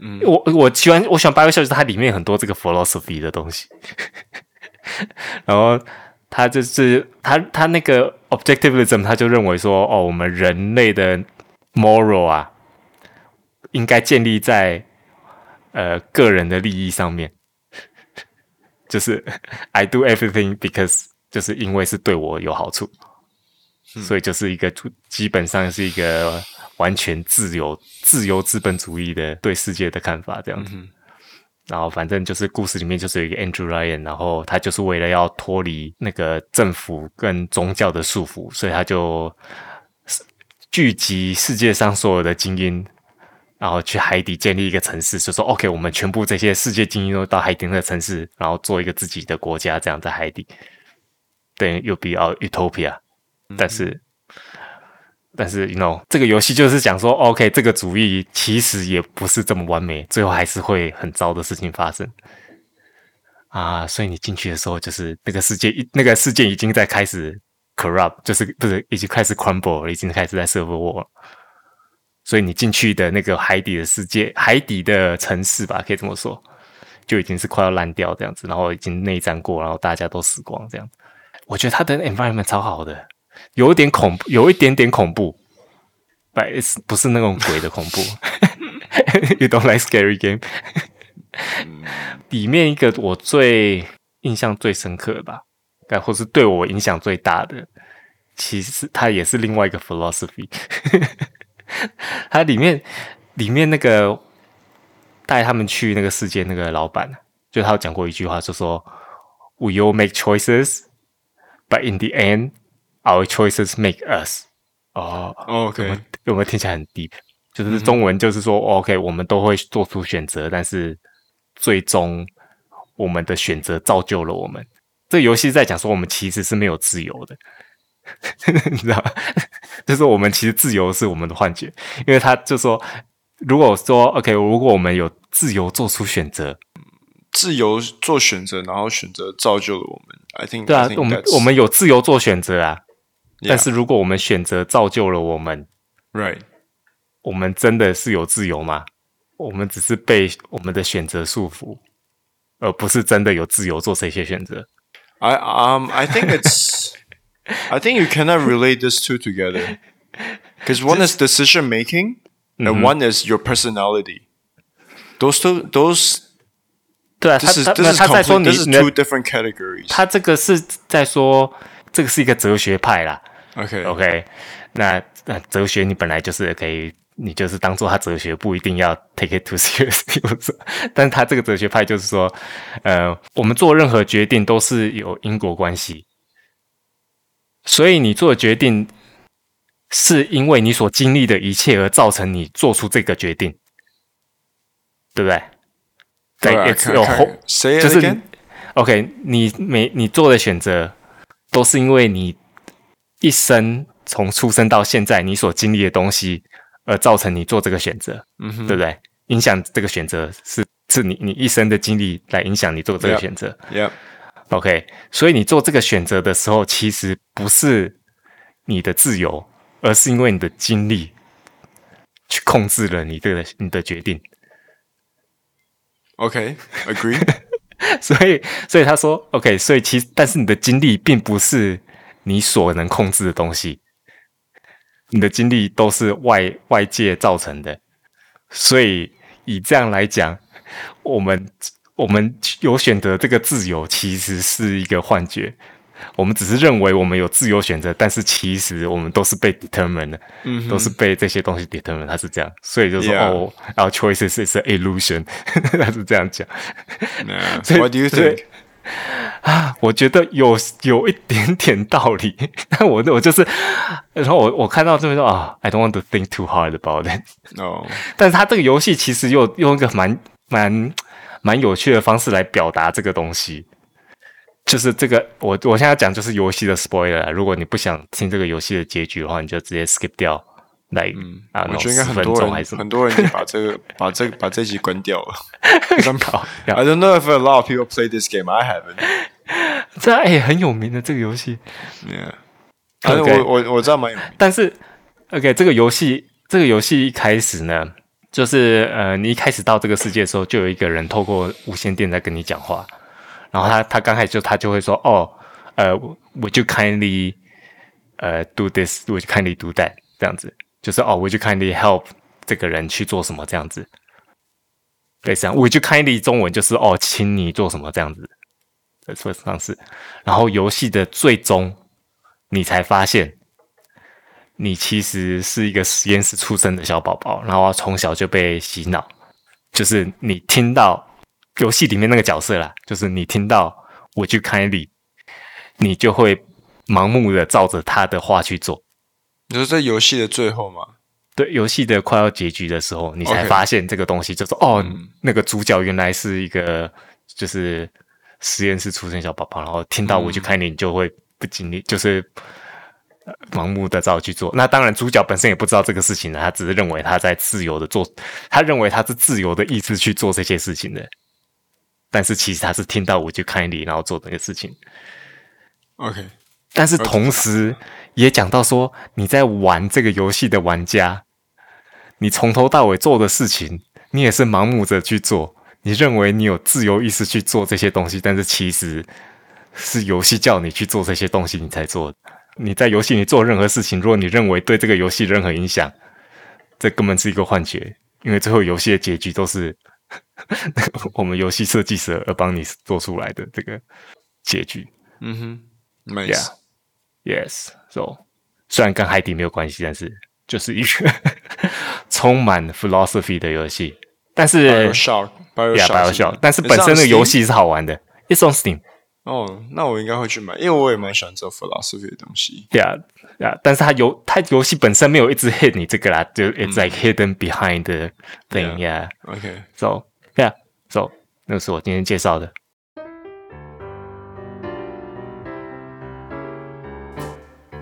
Speaker 2: 嗯，我我喜欢我喜欢 BioShock，就是它里面很多这个 philosophy 的东西。 然后他就是他他那个 objectivism，他就认为说，哦，我们人类的 moral 啊，应该建立在呃个人的利益上面， 就是 I do everything because 就是因为是对我有好处，所以就是一个基本上是一个完全自由自由资本主义的对世界的看法这样子。然后反正就是故事里面就是有一个 Andrew Ryan，然后他就是为了要脱离那个政府跟宗教的束缚，所以他就聚集世界上所有的精英，然后去海底建立一个城市，就说 OK，我们全部这些世界精英都到海底那个城市，然后做一个自己的国家，这样在海底，等于又比较 utopia，但是。但是，you know，这个游戏就是讲说，OK，这个主意其实也不是这么完美，最后还是会很糟的事情发生啊。所以你进去的时候，就是那个世界，那个世界已经在开始 corrupt，就是不是已经开始 crumble，了已经开始在 server war 了。所以你进去的那个海底的世界，海底的城市吧，可以这么说，就已经是快要烂掉这样子，然后已经内战过，然后大家都死光这样子。我觉得它的 environment 超好的。有一点恐怖，有一点点恐怖，but it's 不是那种鬼的恐怖。you don't like scary game 里面一个我最印象最深刻的吧，该或是对我影响最大的，其实它也是另外一个 philosophy。它里面里面那个带他们去那个世界那个老板，啊就他有讲过一句话，就说 “We all make choices, but in the end.” Our choices make us。哦、
Speaker 1: OK，
Speaker 2: 有没有有没有听起来很 deep？就是中文就是说、o k 我们都会做出选择，但是最终我们的选择造就了我们。这个游戏在讲说，我们其实是没有自由的， 你知道吗？就是我们其实自由是我们的幻觉，因为他就说，如果说 OK，如果我们有自由做出选择，
Speaker 1: 自由做选择，然后选择造就了我们。I think
Speaker 2: 对
Speaker 1: I
Speaker 2: 啊
Speaker 1: think，
Speaker 2: 我们
Speaker 1: that's-
Speaker 2: 我们有自由做选择啊，
Speaker 1: Yeah，
Speaker 2: 但是如果我们选择造就了我们，
Speaker 1: right，
Speaker 2: 我们真的是有自由吗？我们只是被我们的选择束缚，而不是真的有自由做这些选择。
Speaker 1: I um I think it's I think you cannot relate these two together because one is decision making
Speaker 2: Mm-hmm.
Speaker 1: and one is your personality. Those two those
Speaker 2: 对啊，他
Speaker 1: this is
Speaker 2: 他没有
Speaker 1: this is
Speaker 2: 他在说
Speaker 1: complete,
Speaker 2: 你
Speaker 1: this is
Speaker 2: 你的
Speaker 1: two different categories.
Speaker 2: 他这个是在说这个是一个哲学派啦。
Speaker 1: Okay.
Speaker 2: OK，那那哲学你本来就是可以，你就是当做他哲学，不一定要 take it too seriously 我说。但是他这个哲学派就是说，呃，我们做任何决定都是有因果关系，所以你做的决定是因为你所经历的一切而造成你做出这个决定，对不
Speaker 1: All
Speaker 2: 对？
Speaker 1: right,
Speaker 2: Like,
Speaker 1: okay,
Speaker 2: it's your
Speaker 1: okay.
Speaker 2: whole-
Speaker 1: Say it
Speaker 2: 就是
Speaker 1: again.
Speaker 2: OK，你每你做的选择都是因为你一生从出生到现在你所经历的东西而造成你做这个选择，
Speaker 1: 嗯哼
Speaker 2: 对不对？影响这个选择是是你你一生的经历来影响你做这个
Speaker 1: Yep.
Speaker 2: 选择。
Speaker 1: Yep.
Speaker 2: OK，所以你做这个选择的时候，其实不是你的自由，而是因为你的经历去控制了你这个你的决定。
Speaker 1: Okay. Agree.
Speaker 2: 所以，所以他说，OK，所以其实，但是你的经历并不是你所能控制的东西，你的经历都是外外界造成的。所以以这样来讲，我们我们有选择这个自由，其实是一个幻觉。我们只是认为我们有自由选择，但是其实我们都是被 determined 的，都是被这些东西 determined。他是这样，所以就说
Speaker 1: Yeah.
Speaker 2: 哦，our choices is an illusion，他 是这样讲。
Speaker 1: Nah.
Speaker 2: 所以
Speaker 1: What do you
Speaker 2: 对
Speaker 1: think?
Speaker 2: 啊，我觉得有有一点点道理， 但我我就是，然后我我看到这边说啊，I don't want to think too hard about it。
Speaker 1: No.
Speaker 2: 但是它这个游戏其实又用一个蛮蛮蛮有趣的方式来表达这个东西，就是这个我我现在讲就是游戏的 spoiler 啦。如果你不想听这个游戏的结局的话，你就直接 skip 掉，来、啊，
Speaker 1: 嗯我觉得应该
Speaker 2: 十
Speaker 1: 很
Speaker 2: 分
Speaker 1: 多
Speaker 2: 钟还
Speaker 1: 人
Speaker 2: 是什么
Speaker 1: 很多人就把这 个把这把这集关掉了。'Cause I'm-
Speaker 2: 好
Speaker 1: I don't know if a lot of people play this game. I haven't.
Speaker 2: 这哎、很有名的这个游戏，
Speaker 1: Yeah. 反正
Speaker 2: OK
Speaker 1: 我我我知道蛮有名
Speaker 2: 但是，OK，这个游戏这个游戏一开始呢，就是呃，你一开始到这个世界的时候，就有一个人透过无线电在跟你讲话，然后他他刚开始就他就会说，哦，呃，Would you kindly 呃 do this？Would you kindly do that？这样子，就是哦，Would you kindly help 这个人去做什么这样子。类似这样，Would you kindly 中文就是哦，请你做什么这样子的说方式。然后游戏的最终，你才发现你其实是一个实验室出生的小宝宝，然后从小就被洗脑，就是你听到游戏里面那个角色啦，就是你听到我去开里，你就会盲目的照着他的话去做。
Speaker 1: 你说在游戏的最后嘛，
Speaker 2: 对，游戏的快要结局的时候，你才
Speaker 1: OK
Speaker 2: 发现这个东西，就是哦，那个主角原来是一个就是实验室出身小宝宝，然后听到我去开你，你就会不经力，就是呃盲目的照去做。那当然，主角本身也不知道这个事情的，他只是认为他在自由的做，他认为他是自由的意志去做这些事情的。但是其实他是听到我去开你，然后做这个事情。
Speaker 1: ？OK，
Speaker 2: 但是同时也讲到说，你在玩这个游戏的玩家，你从头到尾做的事情，你也是盲目着去做，你认为你有自由意识去做这些东西，但是其实是游戏叫你去做这些东西，你才做的。你在游戏里做任何事情，如果你认为对这个游戏任何影响，这根本是一个幻觉，因为最后游戏的结局都是 我们游戏设计师而帮你做出来的这个结局。
Speaker 1: 嗯哼，没
Speaker 2: Yeah. Yes, so 虽然跟海底没有关系，但是就是一个 充满 philosophy 的游戏。但是 Yeah,
Speaker 1: Bioshock，Bioshock，
Speaker 2: BioShock，但是本身那个游戏是好玩的。It's on Steam,
Speaker 1: 哦，那我应该会去买，因为我也蛮喜欢这 philosophy 的东西。
Speaker 2: yeah, yeah。但是它游它游戏本身没有一直 hit 你这个啦，就 it's like hidden behind the thing, 嗯 yeah.
Speaker 1: OK，
Speaker 2: So yeah, so 啊那个是我今天介绍的。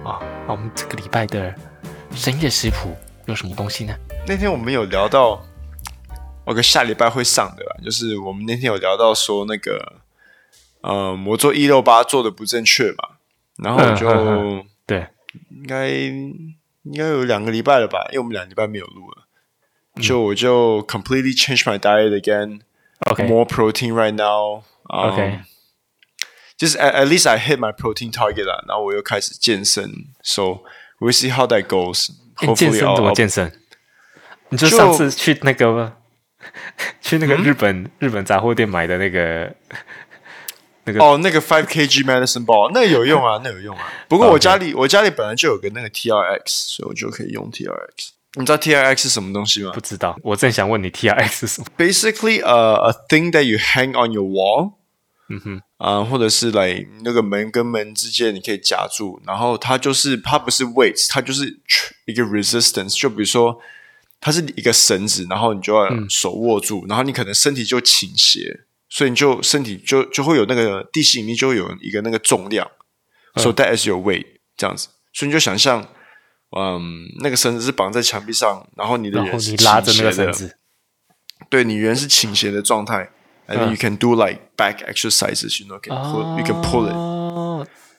Speaker 2: 啊，那我们这个礼拜的深夜食谱有什么东西呢？
Speaker 1: 那天我们有聊到，我跟下礼拜会上的啦，就是我们那天有聊到说那个，呃，魔咒一六八做的不正确嘛，然后我就
Speaker 2: 嗯嗯对，
Speaker 1: 应该应该有两个礼拜了吧，因为我们两个礼拜没有录了，
Speaker 2: 嗯
Speaker 1: 就我就 completely change my diet again。
Speaker 2: OK
Speaker 1: more protein right now. Um,
Speaker 2: OK
Speaker 1: Just at, at least I hit my protein target 啦，然后我又开始健身，so we'll see how that goes.
Speaker 2: 你健
Speaker 1: Hopefully,
Speaker 2: 身怎么
Speaker 1: I'll,
Speaker 2: 健身？你就
Speaker 1: 就
Speaker 2: 上次去那个 去那个日本、日本杂货店买的那个，
Speaker 1: 哦，那个 five kg medicine ball 那个有用啊，那个有用啊。 不过我家里我家里本来就有个那个 TRX，所以我就可以用 TRX。你知道 TRX 是什么东西吗
Speaker 2: 不知道。我正想问你 T R X 是什么？
Speaker 1: ？Basically, uh, a a thing that you hang on your wall.
Speaker 2: 嗯
Speaker 1: 啊、或者是来那个门跟门之间你可以夹住，然后它就是它不是 weights，它就是一个 resistance。就比如说，它是一个绳子，然后你就要
Speaker 2: 嗯
Speaker 1: 手握住，然后你可能身体就倾斜，所以你就身体就就会有那个地心引力，就会有一个那个重量。So
Speaker 2: 嗯
Speaker 1: that is your weight，这样子。所以你就想象，嗯，那个绳子是绑在墙壁上，然后你的
Speaker 2: 然后
Speaker 1: 人是
Speaker 2: 你拉着那
Speaker 1: 倾
Speaker 2: 个
Speaker 1: 斜的
Speaker 2: 绳子，
Speaker 1: 对你人是倾斜的状态。And then
Speaker 2: 嗯
Speaker 1: you can do like back exercises, you know, can pull, you can pull
Speaker 2: Oh,
Speaker 1: it.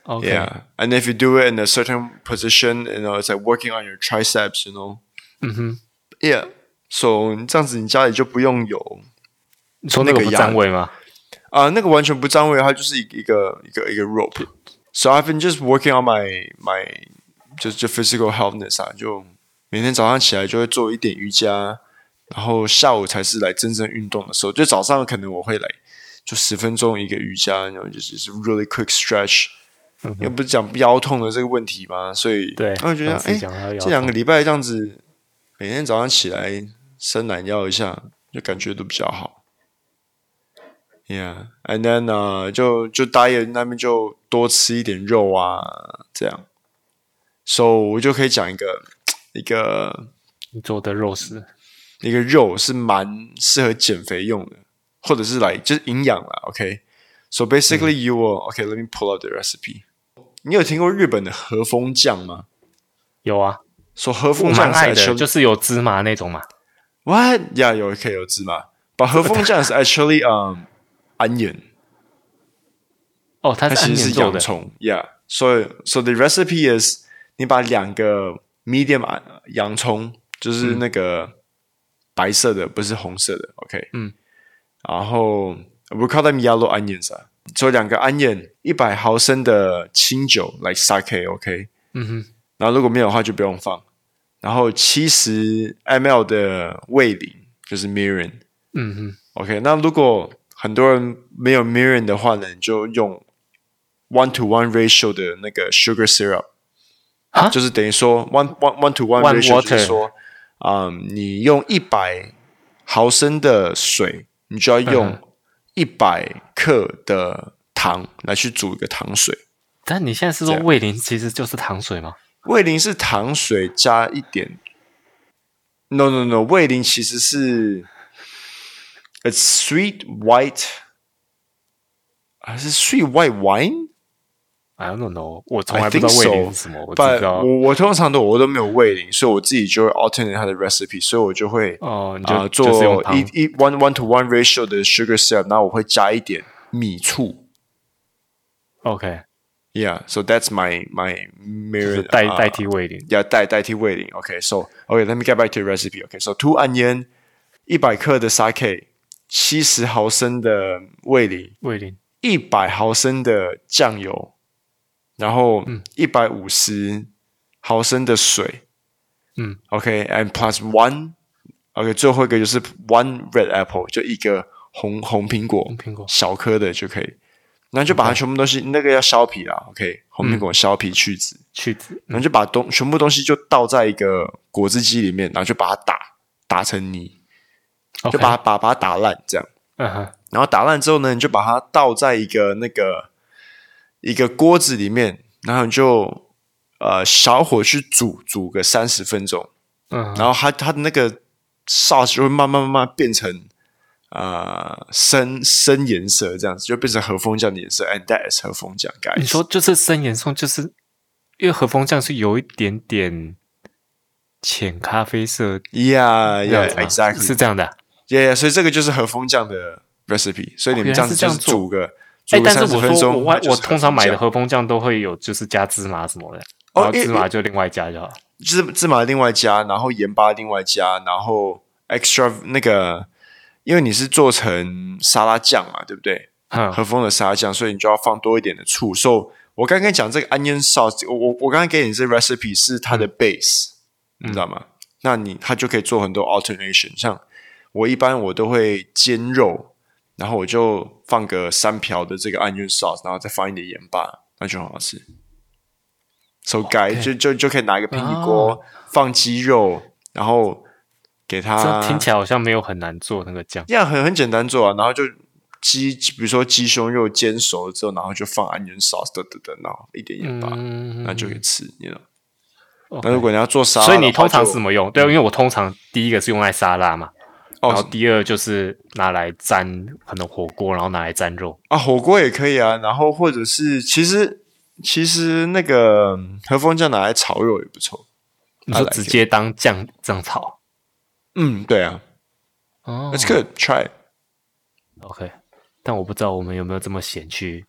Speaker 2: 哦，OK，
Speaker 1: Yeah. And if you do it in a certain position, you know, it's like working on your triceps, you know.
Speaker 2: 嗯哼，
Speaker 1: Yeah. So 你这样子，你家里就不用有
Speaker 2: 你说那个
Speaker 1: 那
Speaker 2: 不
Speaker 1: 个压
Speaker 2: 占位吗？
Speaker 1: 啊、那个完全不占位，它就是一个一个一个一个 rope。So I've been just working on my my 就就 physical healthness 啊，就每天早上起来就会做一点瑜伽，然后下午才是来真正运动的时候。就早上可能我会来就十分钟一个瑜伽，然后就是就是 really quick stretch。因为不是讲腰痛的这个问题嘛，所以
Speaker 2: 对
Speaker 1: 然后我觉得
Speaker 2: 上次
Speaker 1: 哎
Speaker 2: 讲到腰，
Speaker 1: 这两个礼拜这样子，每天早上起来伸懒腰一下，就感觉都比较好。Yeah, and then 呃，就就 diet 那边就多吃一点肉啊，这样。So 我就可以讲一个一个
Speaker 2: 你做的肉食，
Speaker 1: 一个肉是蛮适合减肥用的，或者是来就是营养啦。OK, so basically you will OK. Let me pull out the recipe. 你有听过日本的和风酱吗？
Speaker 2: 有啊，
Speaker 1: 说和
Speaker 2: 我
Speaker 1: 风酱
Speaker 2: 蛮爱
Speaker 1: 是
Speaker 2: 的，
Speaker 1: actually-
Speaker 2: 就是有芝麻那种嘛。
Speaker 1: What? Yeah, 有可以有芝麻。把和风酱是 actually um onion，
Speaker 2: 哦，它
Speaker 1: 它
Speaker 2: 是
Speaker 1: 其
Speaker 2: 按
Speaker 1: 实
Speaker 2: 年
Speaker 1: 是
Speaker 2: 做
Speaker 1: 洋
Speaker 2: 的，
Speaker 1: 葱。Yeah, so so the recipe is 你把两个 medium 啊洋葱，就是
Speaker 2: 嗯
Speaker 1: 那个白色的，不是红色的。OK，
Speaker 2: 嗯，
Speaker 1: 然后 we call them yellow onions 啊。所以两个 onion，一百毫升的清酒，like sake，OK、
Speaker 2: 嗯哼，
Speaker 1: 然后如果没有的话就不用放。然后七十 ml 的味淋就是 mirin。
Speaker 2: 嗯哼，
Speaker 1: OK，那如果很多人没有 mirin 的话呢，你就用 one to one ratio 的那个 sugar syrup，
Speaker 2: 啊
Speaker 1: 就是等于说 one one one to one
Speaker 2: One
Speaker 1: ratio，就
Speaker 2: water
Speaker 1: 是说，嗯，你用一百毫升的水，你就要
Speaker 2: 嗯
Speaker 1: 用一百克的糖来去煮一个糖水。
Speaker 2: 但你现在是说
Speaker 1: 这样
Speaker 2: 味淋其实就是糖水吗？
Speaker 1: 味淋是糖水加一点，no no no，味淋其实是 a sweet white 还是 sweet white wine？
Speaker 2: I don't know，我从
Speaker 1: I
Speaker 2: 来不知
Speaker 1: think
Speaker 2: 道味
Speaker 1: so，
Speaker 2: 淋是什么，我只
Speaker 1: but
Speaker 2: 知道
Speaker 1: 我我通常都我都没有味淋，所以我自己就会 alternate 它的 recipe，所以我就会
Speaker 2: 哦，你就、
Speaker 1: 啊、
Speaker 2: 就
Speaker 1: 做
Speaker 2: 是用糖
Speaker 1: 一一 one one to one ratio 的 sugar syrup，然后我会加一点米醋。
Speaker 2: ，OK，
Speaker 1: Yeah, so that's my my
Speaker 2: 就是
Speaker 1: mirror
Speaker 2: 代、
Speaker 1: 啊
Speaker 2: 代替味淋。
Speaker 1: yeah, 代代替味淋。Okay, so okay, let me get back to the recipe. Okay, so two onion, 一百克的 sake，七十毫升的味淋，
Speaker 2: 味淋
Speaker 1: 一百毫升的酱油，然后一百五十毫升的水。
Speaker 2: 嗯
Speaker 1: ，OK，and、plus one。OK，最后一个就是 one red apple，就一个红红苹果，
Speaker 2: 红苹果
Speaker 1: 小颗的就可以。然后就把它全部都是那个要削皮啦，OK，红苹果削皮去籽。
Speaker 2: 去籽，
Speaker 1: 然后就把东全部东西就倒在一个果汁机里面，然后就把它打打成泥，就
Speaker 2: OK，
Speaker 1: 把它把把它打烂这样。
Speaker 2: 嗯哼，
Speaker 1: 然后打烂之后呢，你就把它倒在一个那个一个锅子里面，然后你就呃小火去煮煮个三十分钟，
Speaker 2: 嗯哼
Speaker 1: 然后它它的那个 sauce 就会慢慢慢慢变成呃深深颜色，这样子就变成和风酱的颜色，and that is 和风酱，guys。
Speaker 2: 你说就是生盐松，就是因为和风酱是有一点点浅咖啡色
Speaker 1: ，Yeah
Speaker 2: 这样
Speaker 1: Yeah
Speaker 2: 子吗
Speaker 1: exactly
Speaker 2: 是这样的啊、
Speaker 1: 耶、yeah, 所以这个就是和风酱的 recipe。所以你们这样子就是
Speaker 2: 哦原来是这样做
Speaker 1: 煮个，
Speaker 2: 哎
Speaker 1: 煮，个
Speaker 2: 但是
Speaker 1: 三十
Speaker 2: 我
Speaker 1: 分
Speaker 2: 说
Speaker 1: 钟。
Speaker 2: 我外
Speaker 1: 它就
Speaker 2: 我
Speaker 1: 是
Speaker 2: 通常买的
Speaker 1: 和
Speaker 2: 和风酱都会有，就是加芝麻什么的，
Speaker 1: 哦
Speaker 2: 然后
Speaker 1: 因为
Speaker 2: 芝麻就另外加就好。
Speaker 1: 芝芝麻另外加，然后盐巴另外加，然后 extra 那个，因为你是做成沙拉酱嘛，对不对？
Speaker 2: 嗯
Speaker 1: 和风的沙拉酱，所以你就要放多一点的醋。so 我刚刚讲这个 onion sauce，我我我刚刚给你这 recipe 是它
Speaker 2: 嗯
Speaker 1: 的 base，、你知道吗？那你它就可以做很多 alternation，像我一般我都会煎肉，然后我就放个三瓢的这个 onion sauce，然后再放一点盐巴，那就很好吃。手改就就就可以拿一个平底锅、
Speaker 2: 哦
Speaker 1: 放鸡肉，然后给它
Speaker 2: 这听起来好像没有很难做那个酱。
Speaker 1: 这样很很简单做啊，然后就鸡，比如说鸡胸肉煎熟了之后，然后就放 onion sauce 等等等，然后一点盐巴，
Speaker 2: 嗯，
Speaker 1: 那就可以吃，你知道。
Speaker 2: OK
Speaker 1: 那如果你要做沙拉的
Speaker 2: 所
Speaker 1: 话
Speaker 2: 以
Speaker 1: 就，嗯
Speaker 2: 你通常是怎么用？对，因为我通常第一个是用来沙拉嘛，然后
Speaker 1: 哦
Speaker 2: 第二就是拿来沾可能火锅，然后拿来沾肉。
Speaker 1: 啊火锅也可以啊，然后或者是其实其实那个嗯和风酱拿来炒肉也不错。
Speaker 2: 你
Speaker 1: I
Speaker 2: 说
Speaker 1: like
Speaker 2: 直接当酱这样炒。
Speaker 1: 嗯，对啊、
Speaker 2: 哦
Speaker 1: t h a t s good, try it.
Speaker 2: OK，但我不知道我们有没有这么闲去，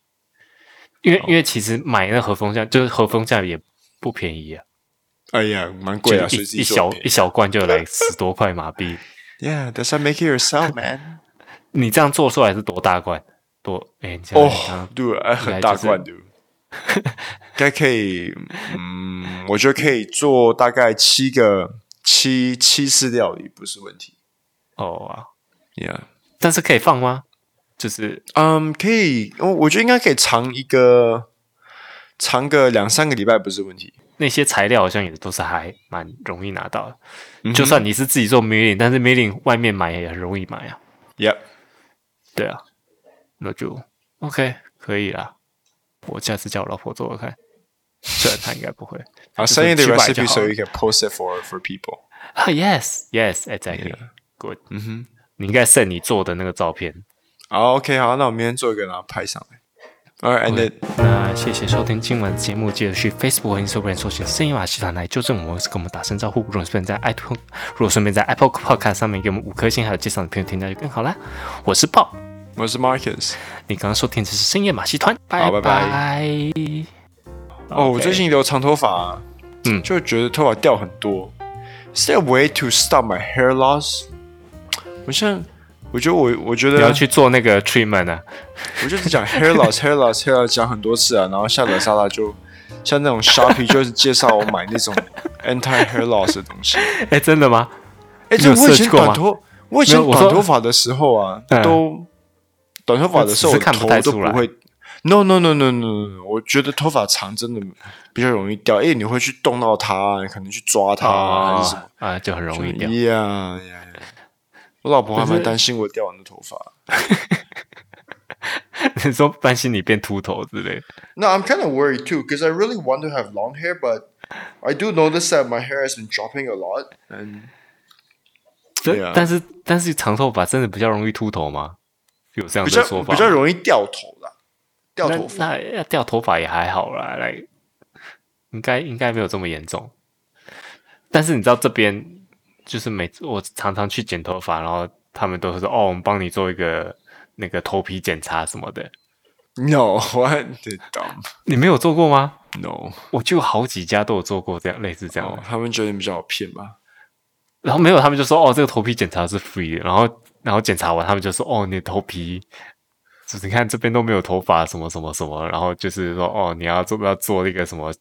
Speaker 2: 因
Speaker 1: 哦
Speaker 2: 为因为其实买那和风酱就是和风酱也不便宜啊，
Speaker 1: 哎呀，蛮贵啊，
Speaker 2: 就
Speaker 1: 所以
Speaker 2: 一
Speaker 1: 自己
Speaker 2: 一
Speaker 1: 做
Speaker 2: 小
Speaker 1: 很便
Speaker 2: 一小罐就来十多块马币。
Speaker 1: 宜。Yeah, that's how make it yourself, man.
Speaker 2: 你这样做出来是多大罐？多哎，你想想看
Speaker 1: 哦，对，哎，很大罐 的，应该可以，嗯，我觉得可以做大概七个七七次料理不是问题。
Speaker 2: 哦啊，
Speaker 1: Yeah，
Speaker 2: 但是可以放吗？就是
Speaker 1: 嗯、可以，我我觉得应该可以尝一个，尝个两三个礼拜不是问题。
Speaker 2: 那些材料好像也都是还蛮容易拿到的，
Speaker 1: 嗯哼
Speaker 2: 就算你是自己做 milling，但是 milling 外面买也很容易买啊。
Speaker 1: Yep，
Speaker 2: 对啊，那就 OK 可以啦。我下次叫我老婆做做看，虽然她应该不会。
Speaker 1: 啊
Speaker 2: 就是
Speaker 1: ，send you the
Speaker 2: 去摆就
Speaker 1: recipe
Speaker 2: 好
Speaker 1: so
Speaker 2: 了
Speaker 1: you can post it for for people。
Speaker 2: 啊，Yes Yes Exactly Good。
Speaker 1: 嗯哼，
Speaker 2: 你应该 send 你做的那个照片。
Speaker 1: 好，OK，好，那我明天做一个，然后拍上来。Alright，and then。
Speaker 2: 那谢谢收听今晚的节目，记得去 Facebook 和 Instagram 搜寻“深夜马戏团”来纠正我们，或是跟我们打声招呼。如果顺便在 iTunes，如果顺便在 Apple Podcast 上面给我们五颗星，还有介绍你朋友听到就更好啦。我是豹，
Speaker 1: 我是 Marcus。
Speaker 2: 你刚刚收听的是深夜马戏团，
Speaker 1: 好拜
Speaker 2: 拜
Speaker 1: 拜哦，我最近留长头发、啊，
Speaker 2: 嗯
Speaker 1: 就觉得头发掉很多。Is there a way to stop my hair loss？我现在，我觉得我，我觉
Speaker 2: 你
Speaker 1: 得，
Speaker 2: 要去做那个 treatment 啊。
Speaker 1: 我就是讲 hair loss，hair loss，hair loss 讲很多次啊，然后下载沙拉就像那种 shopping 就是介绍我买那种 anti hair loss 的东西。
Speaker 2: 哎，真的吗？
Speaker 1: 哎、
Speaker 2: 你有
Speaker 1: 这我以
Speaker 2: search
Speaker 1: 前
Speaker 2: 过吗
Speaker 1: 短头，我以前
Speaker 2: 没有我
Speaker 1: 短
Speaker 2: 说
Speaker 1: 头发的时候啊，
Speaker 2: 嗯
Speaker 1: 都短头发的时候，我
Speaker 2: 只是看不
Speaker 1: 头
Speaker 2: 太
Speaker 1: 都
Speaker 2: 出
Speaker 1: 不
Speaker 2: 来
Speaker 1: 会。No no no no no no，no，我觉得头发长真的比较容易掉，哎因为你会去动到它啊，可能去抓它啊还是什么
Speaker 2: 啊，啊，就很容易掉。
Speaker 1: 呀呀呀！我老婆还蛮担心我掉完的头发。
Speaker 2: 你说担心你变秃头之类的。
Speaker 1: No, I'm kind of worried too because I really want to have long hair, but I do notice that my hair has been dropping a lot. And
Speaker 2: 这
Speaker 1: Yeah
Speaker 2: 但是但是长头发真的比较容易秃头吗？有这样
Speaker 1: 比
Speaker 2: 的
Speaker 1: 较
Speaker 2: 说法吗？
Speaker 1: 比较容易掉头啦，掉头发。
Speaker 2: 那那要掉头发也还好啦，来，应该应该没有这么严重。但是你知道这边就是每次我常常去剪头发，然后他们都会说哦，我们帮你做一个那个头皮检查什么的。
Speaker 1: No, what the dumb?
Speaker 2: 你没有做过吗？
Speaker 1: No，Oh.
Speaker 2: 我就好几家都有做过这样类似这样的
Speaker 1: 哦，他们觉得你比较好骗吧？
Speaker 2: 然后没有，他们就说哦，这个头皮检查是 free 的，然后然后检查完，他们就说哦，你的头皮就是你看这边都没有头发，什么什么什么，然后就是说哦，你要做要做那个什么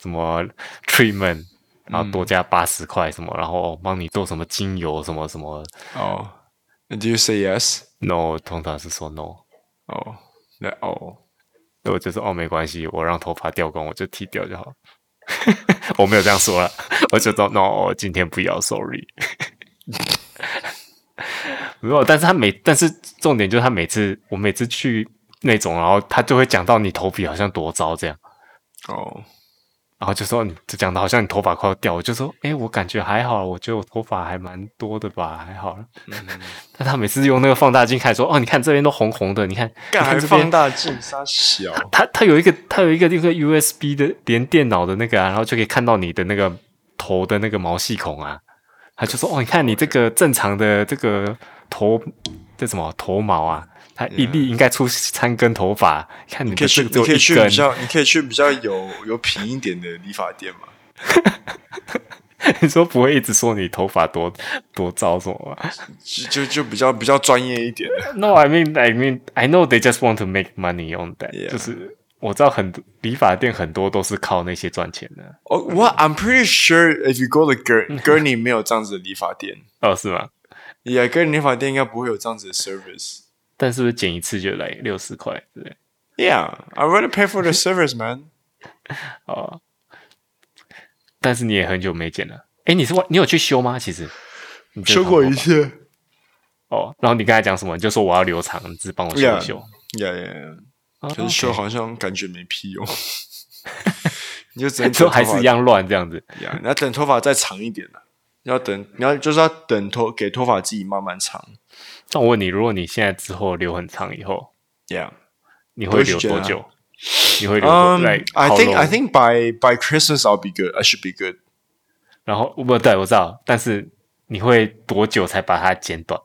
Speaker 2: 什么 treatment，然后多加八十块什么，然后、哦帮你做什么精油什么什么
Speaker 1: 哦、d o Oh. you say yes? Oh.
Speaker 2: ，no，通常是说 no，
Speaker 1: 哦，那哦，
Speaker 2: 所以我就说哦，没关系，我让头发掉光，我就剃掉就好。 我没有这样说了，我就说 no，哦今天不要，sorry。没有，但是他每，但是重点就是他每次，我每次去那种，然后他就会讲到你头皮好像多糟这样，
Speaker 1: 哦，
Speaker 2: 然后就说你就讲的好像你头发快要掉，我就说，诶，我感觉还好，我觉得我头发还蛮多的吧，还好。
Speaker 1: 嗯
Speaker 2: 但他每次用那个放大镜看，说，哦，你看这边都红红的，你看，你
Speaker 1: 干还
Speaker 2: 看这边
Speaker 1: 放大镜，傻小。
Speaker 2: 它它有一个它有一个那个 USB 的连电脑的那个啊，然后就可以看到你的那个头的那个毛细孔啊。他就说：“哦，你看你这个正常的这个头，这什么头毛啊？它一粒应该出三根头发，看
Speaker 1: 嗯
Speaker 2: 你
Speaker 1: 你可
Speaker 2: 的
Speaker 1: 以去，
Speaker 2: 这
Speaker 1: 你
Speaker 2: 个只有
Speaker 1: 可以去
Speaker 2: 一根
Speaker 1: 比。较，你可以去比较有有品一点的理发店嘛。
Speaker 2: 你 说不会一直说你头发多多糟什么 吗
Speaker 1: 就就就比较比较专业一点的。
Speaker 2: ？No, I mean, I mean, I know they just want to make money on that.
Speaker 1: Yeah.
Speaker 2: 就是我知道很多理发店很多都是靠那些赚钱的。
Speaker 1: 哦，我 Oh, I'm pretty sure if you go to Gur Gurney 没有这样子的理发店
Speaker 2: 哦，是吗？
Speaker 1: ，Yeah Gurney 理发店应该不会有这样子的 service。
Speaker 2: 但是不是剪一次就来六十块之类？
Speaker 1: Yeah, I rather pay for the service, man.
Speaker 2: 哦，但是你也很久没剪了。哎，你是外你有去修吗？其实你这个头发
Speaker 1: 次。
Speaker 2: 哦。然后你刚才讲什么？你就说我要留长，你只帮我修一
Speaker 1: Yeah
Speaker 2: 修。
Speaker 1: Yeah, yeah.
Speaker 2: 哦
Speaker 1: 可是修好像感觉没屁 用，你就只能等
Speaker 2: OK 就
Speaker 1: 头发
Speaker 2: 还是一。样乱这样子。
Speaker 1: Yeah，你要等头发再长一点了。啊要等，你要就是要等头给头发自己慢慢长。
Speaker 2: 那我问你，如果你现在之后留很长以后，
Speaker 1: Yeah.
Speaker 2: 你会留
Speaker 1: 多久
Speaker 2: 多
Speaker 1: 啊
Speaker 2: 久？你会留多
Speaker 1: Um,
Speaker 2: 来
Speaker 1: I
Speaker 2: 嗯 how
Speaker 1: think I
Speaker 2: long？
Speaker 1: think by by Christmas I'll be good. I should be good.
Speaker 2: 然后不对，我知道，但是你会多久才把它剪短？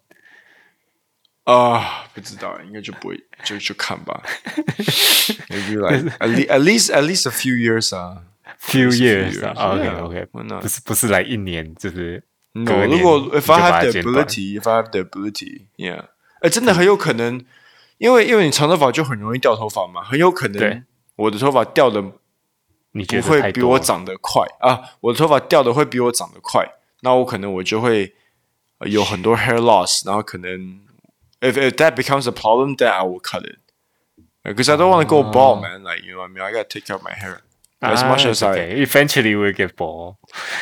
Speaker 1: 啊、不知道，应该就不会，就就看 吧。Maybe like at least at least at least a few years 啊。
Speaker 2: few
Speaker 1: Just
Speaker 2: years
Speaker 1: few years,
Speaker 2: OK
Speaker 1: yeah,
Speaker 2: OK，
Speaker 1: why not?
Speaker 2: 不是不是来一年，就是隔
Speaker 1: No，
Speaker 2: 年
Speaker 1: 如果 if
Speaker 2: 你就把
Speaker 1: I
Speaker 2: 它
Speaker 1: have the
Speaker 2: 剪短
Speaker 1: ability, if I have the ability, yeah，哎，真的很有可能，因为因为你长头发就很容易掉头发嘛，很有可
Speaker 2: 对
Speaker 1: 能我的头发掉的不
Speaker 2: 你觉得
Speaker 1: 会
Speaker 2: 太
Speaker 1: 比
Speaker 2: 多
Speaker 1: 我
Speaker 2: 了
Speaker 1: 长得快啊，我的头发掉的会比我长得快，那我可能我就会呃有很多 hair loss，然后可能 if if that becomes a problem, then I will cut it. Because I don't want to go bald, man. Like you know, what I mean, I gotta take care of my hair as much as I.
Speaker 2: Ah, okay. eventually will get bored。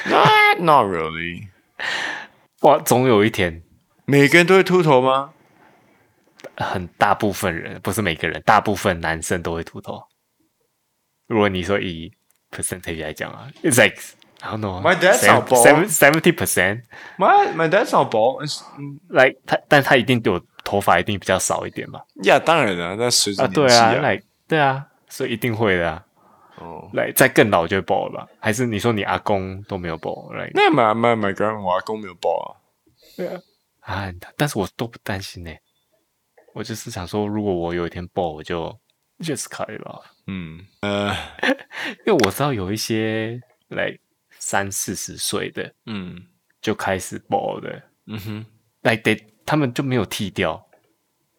Speaker 1: Not not really.
Speaker 2: 哇，总有一天，
Speaker 1: 每个人都会秃头吗？
Speaker 2: 很大部分人不是每个人，大部分男生都会秃头。如果你说以 percentage 来讲啊，it's like I don't know，啊
Speaker 1: My dad's not bald.
Speaker 2: seventy percent。
Speaker 1: My my dad's not bald. It's- mm,
Speaker 2: like 他，但他一定有头发，一定比较少一点嘛。
Speaker 1: Yeah，当然了，那随着
Speaker 2: 啊，
Speaker 1: 年纪
Speaker 2: 对啊，like 对啊，所以一定会的啊。
Speaker 1: 哦，
Speaker 2: 来，再更老就会爆了吧？还是你说你阿公都没有爆？来
Speaker 1: 那 my my my grandma 我阿公没有 bald 啊。
Speaker 2: 啊，但是我都不担心呢、我就是想说，如果我有一天爆，我就 just cut it off。
Speaker 1: 嗯，呃，
Speaker 2: 因为我知道有一些来三四十岁的
Speaker 1: 嗯
Speaker 2: 就开始爆的，
Speaker 1: 嗯哼，
Speaker 2: 来得他们就没有剃掉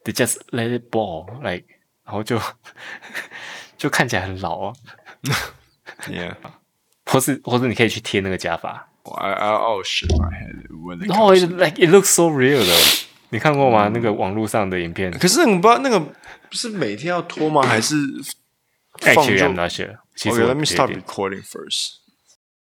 Speaker 2: ，they just let it ball，来、like,，然后就 就看起来很老啊，
Speaker 1: Yeah，
Speaker 2: 或是或者你可以去贴那个假发，
Speaker 1: I I oh shit my head when it
Speaker 2: 然后
Speaker 1: comes-
Speaker 2: it, like it looks so real 的，你看过吗？那个网络上的影片
Speaker 1: 可是你不知道那个不是每天要脱吗？还是放
Speaker 2: ，actually
Speaker 1: 就
Speaker 2: I'm not sure，其实
Speaker 1: Okay,
Speaker 2: 我
Speaker 1: let
Speaker 2: 不
Speaker 1: me
Speaker 2: 确
Speaker 1: stop
Speaker 2: 定
Speaker 1: recording first.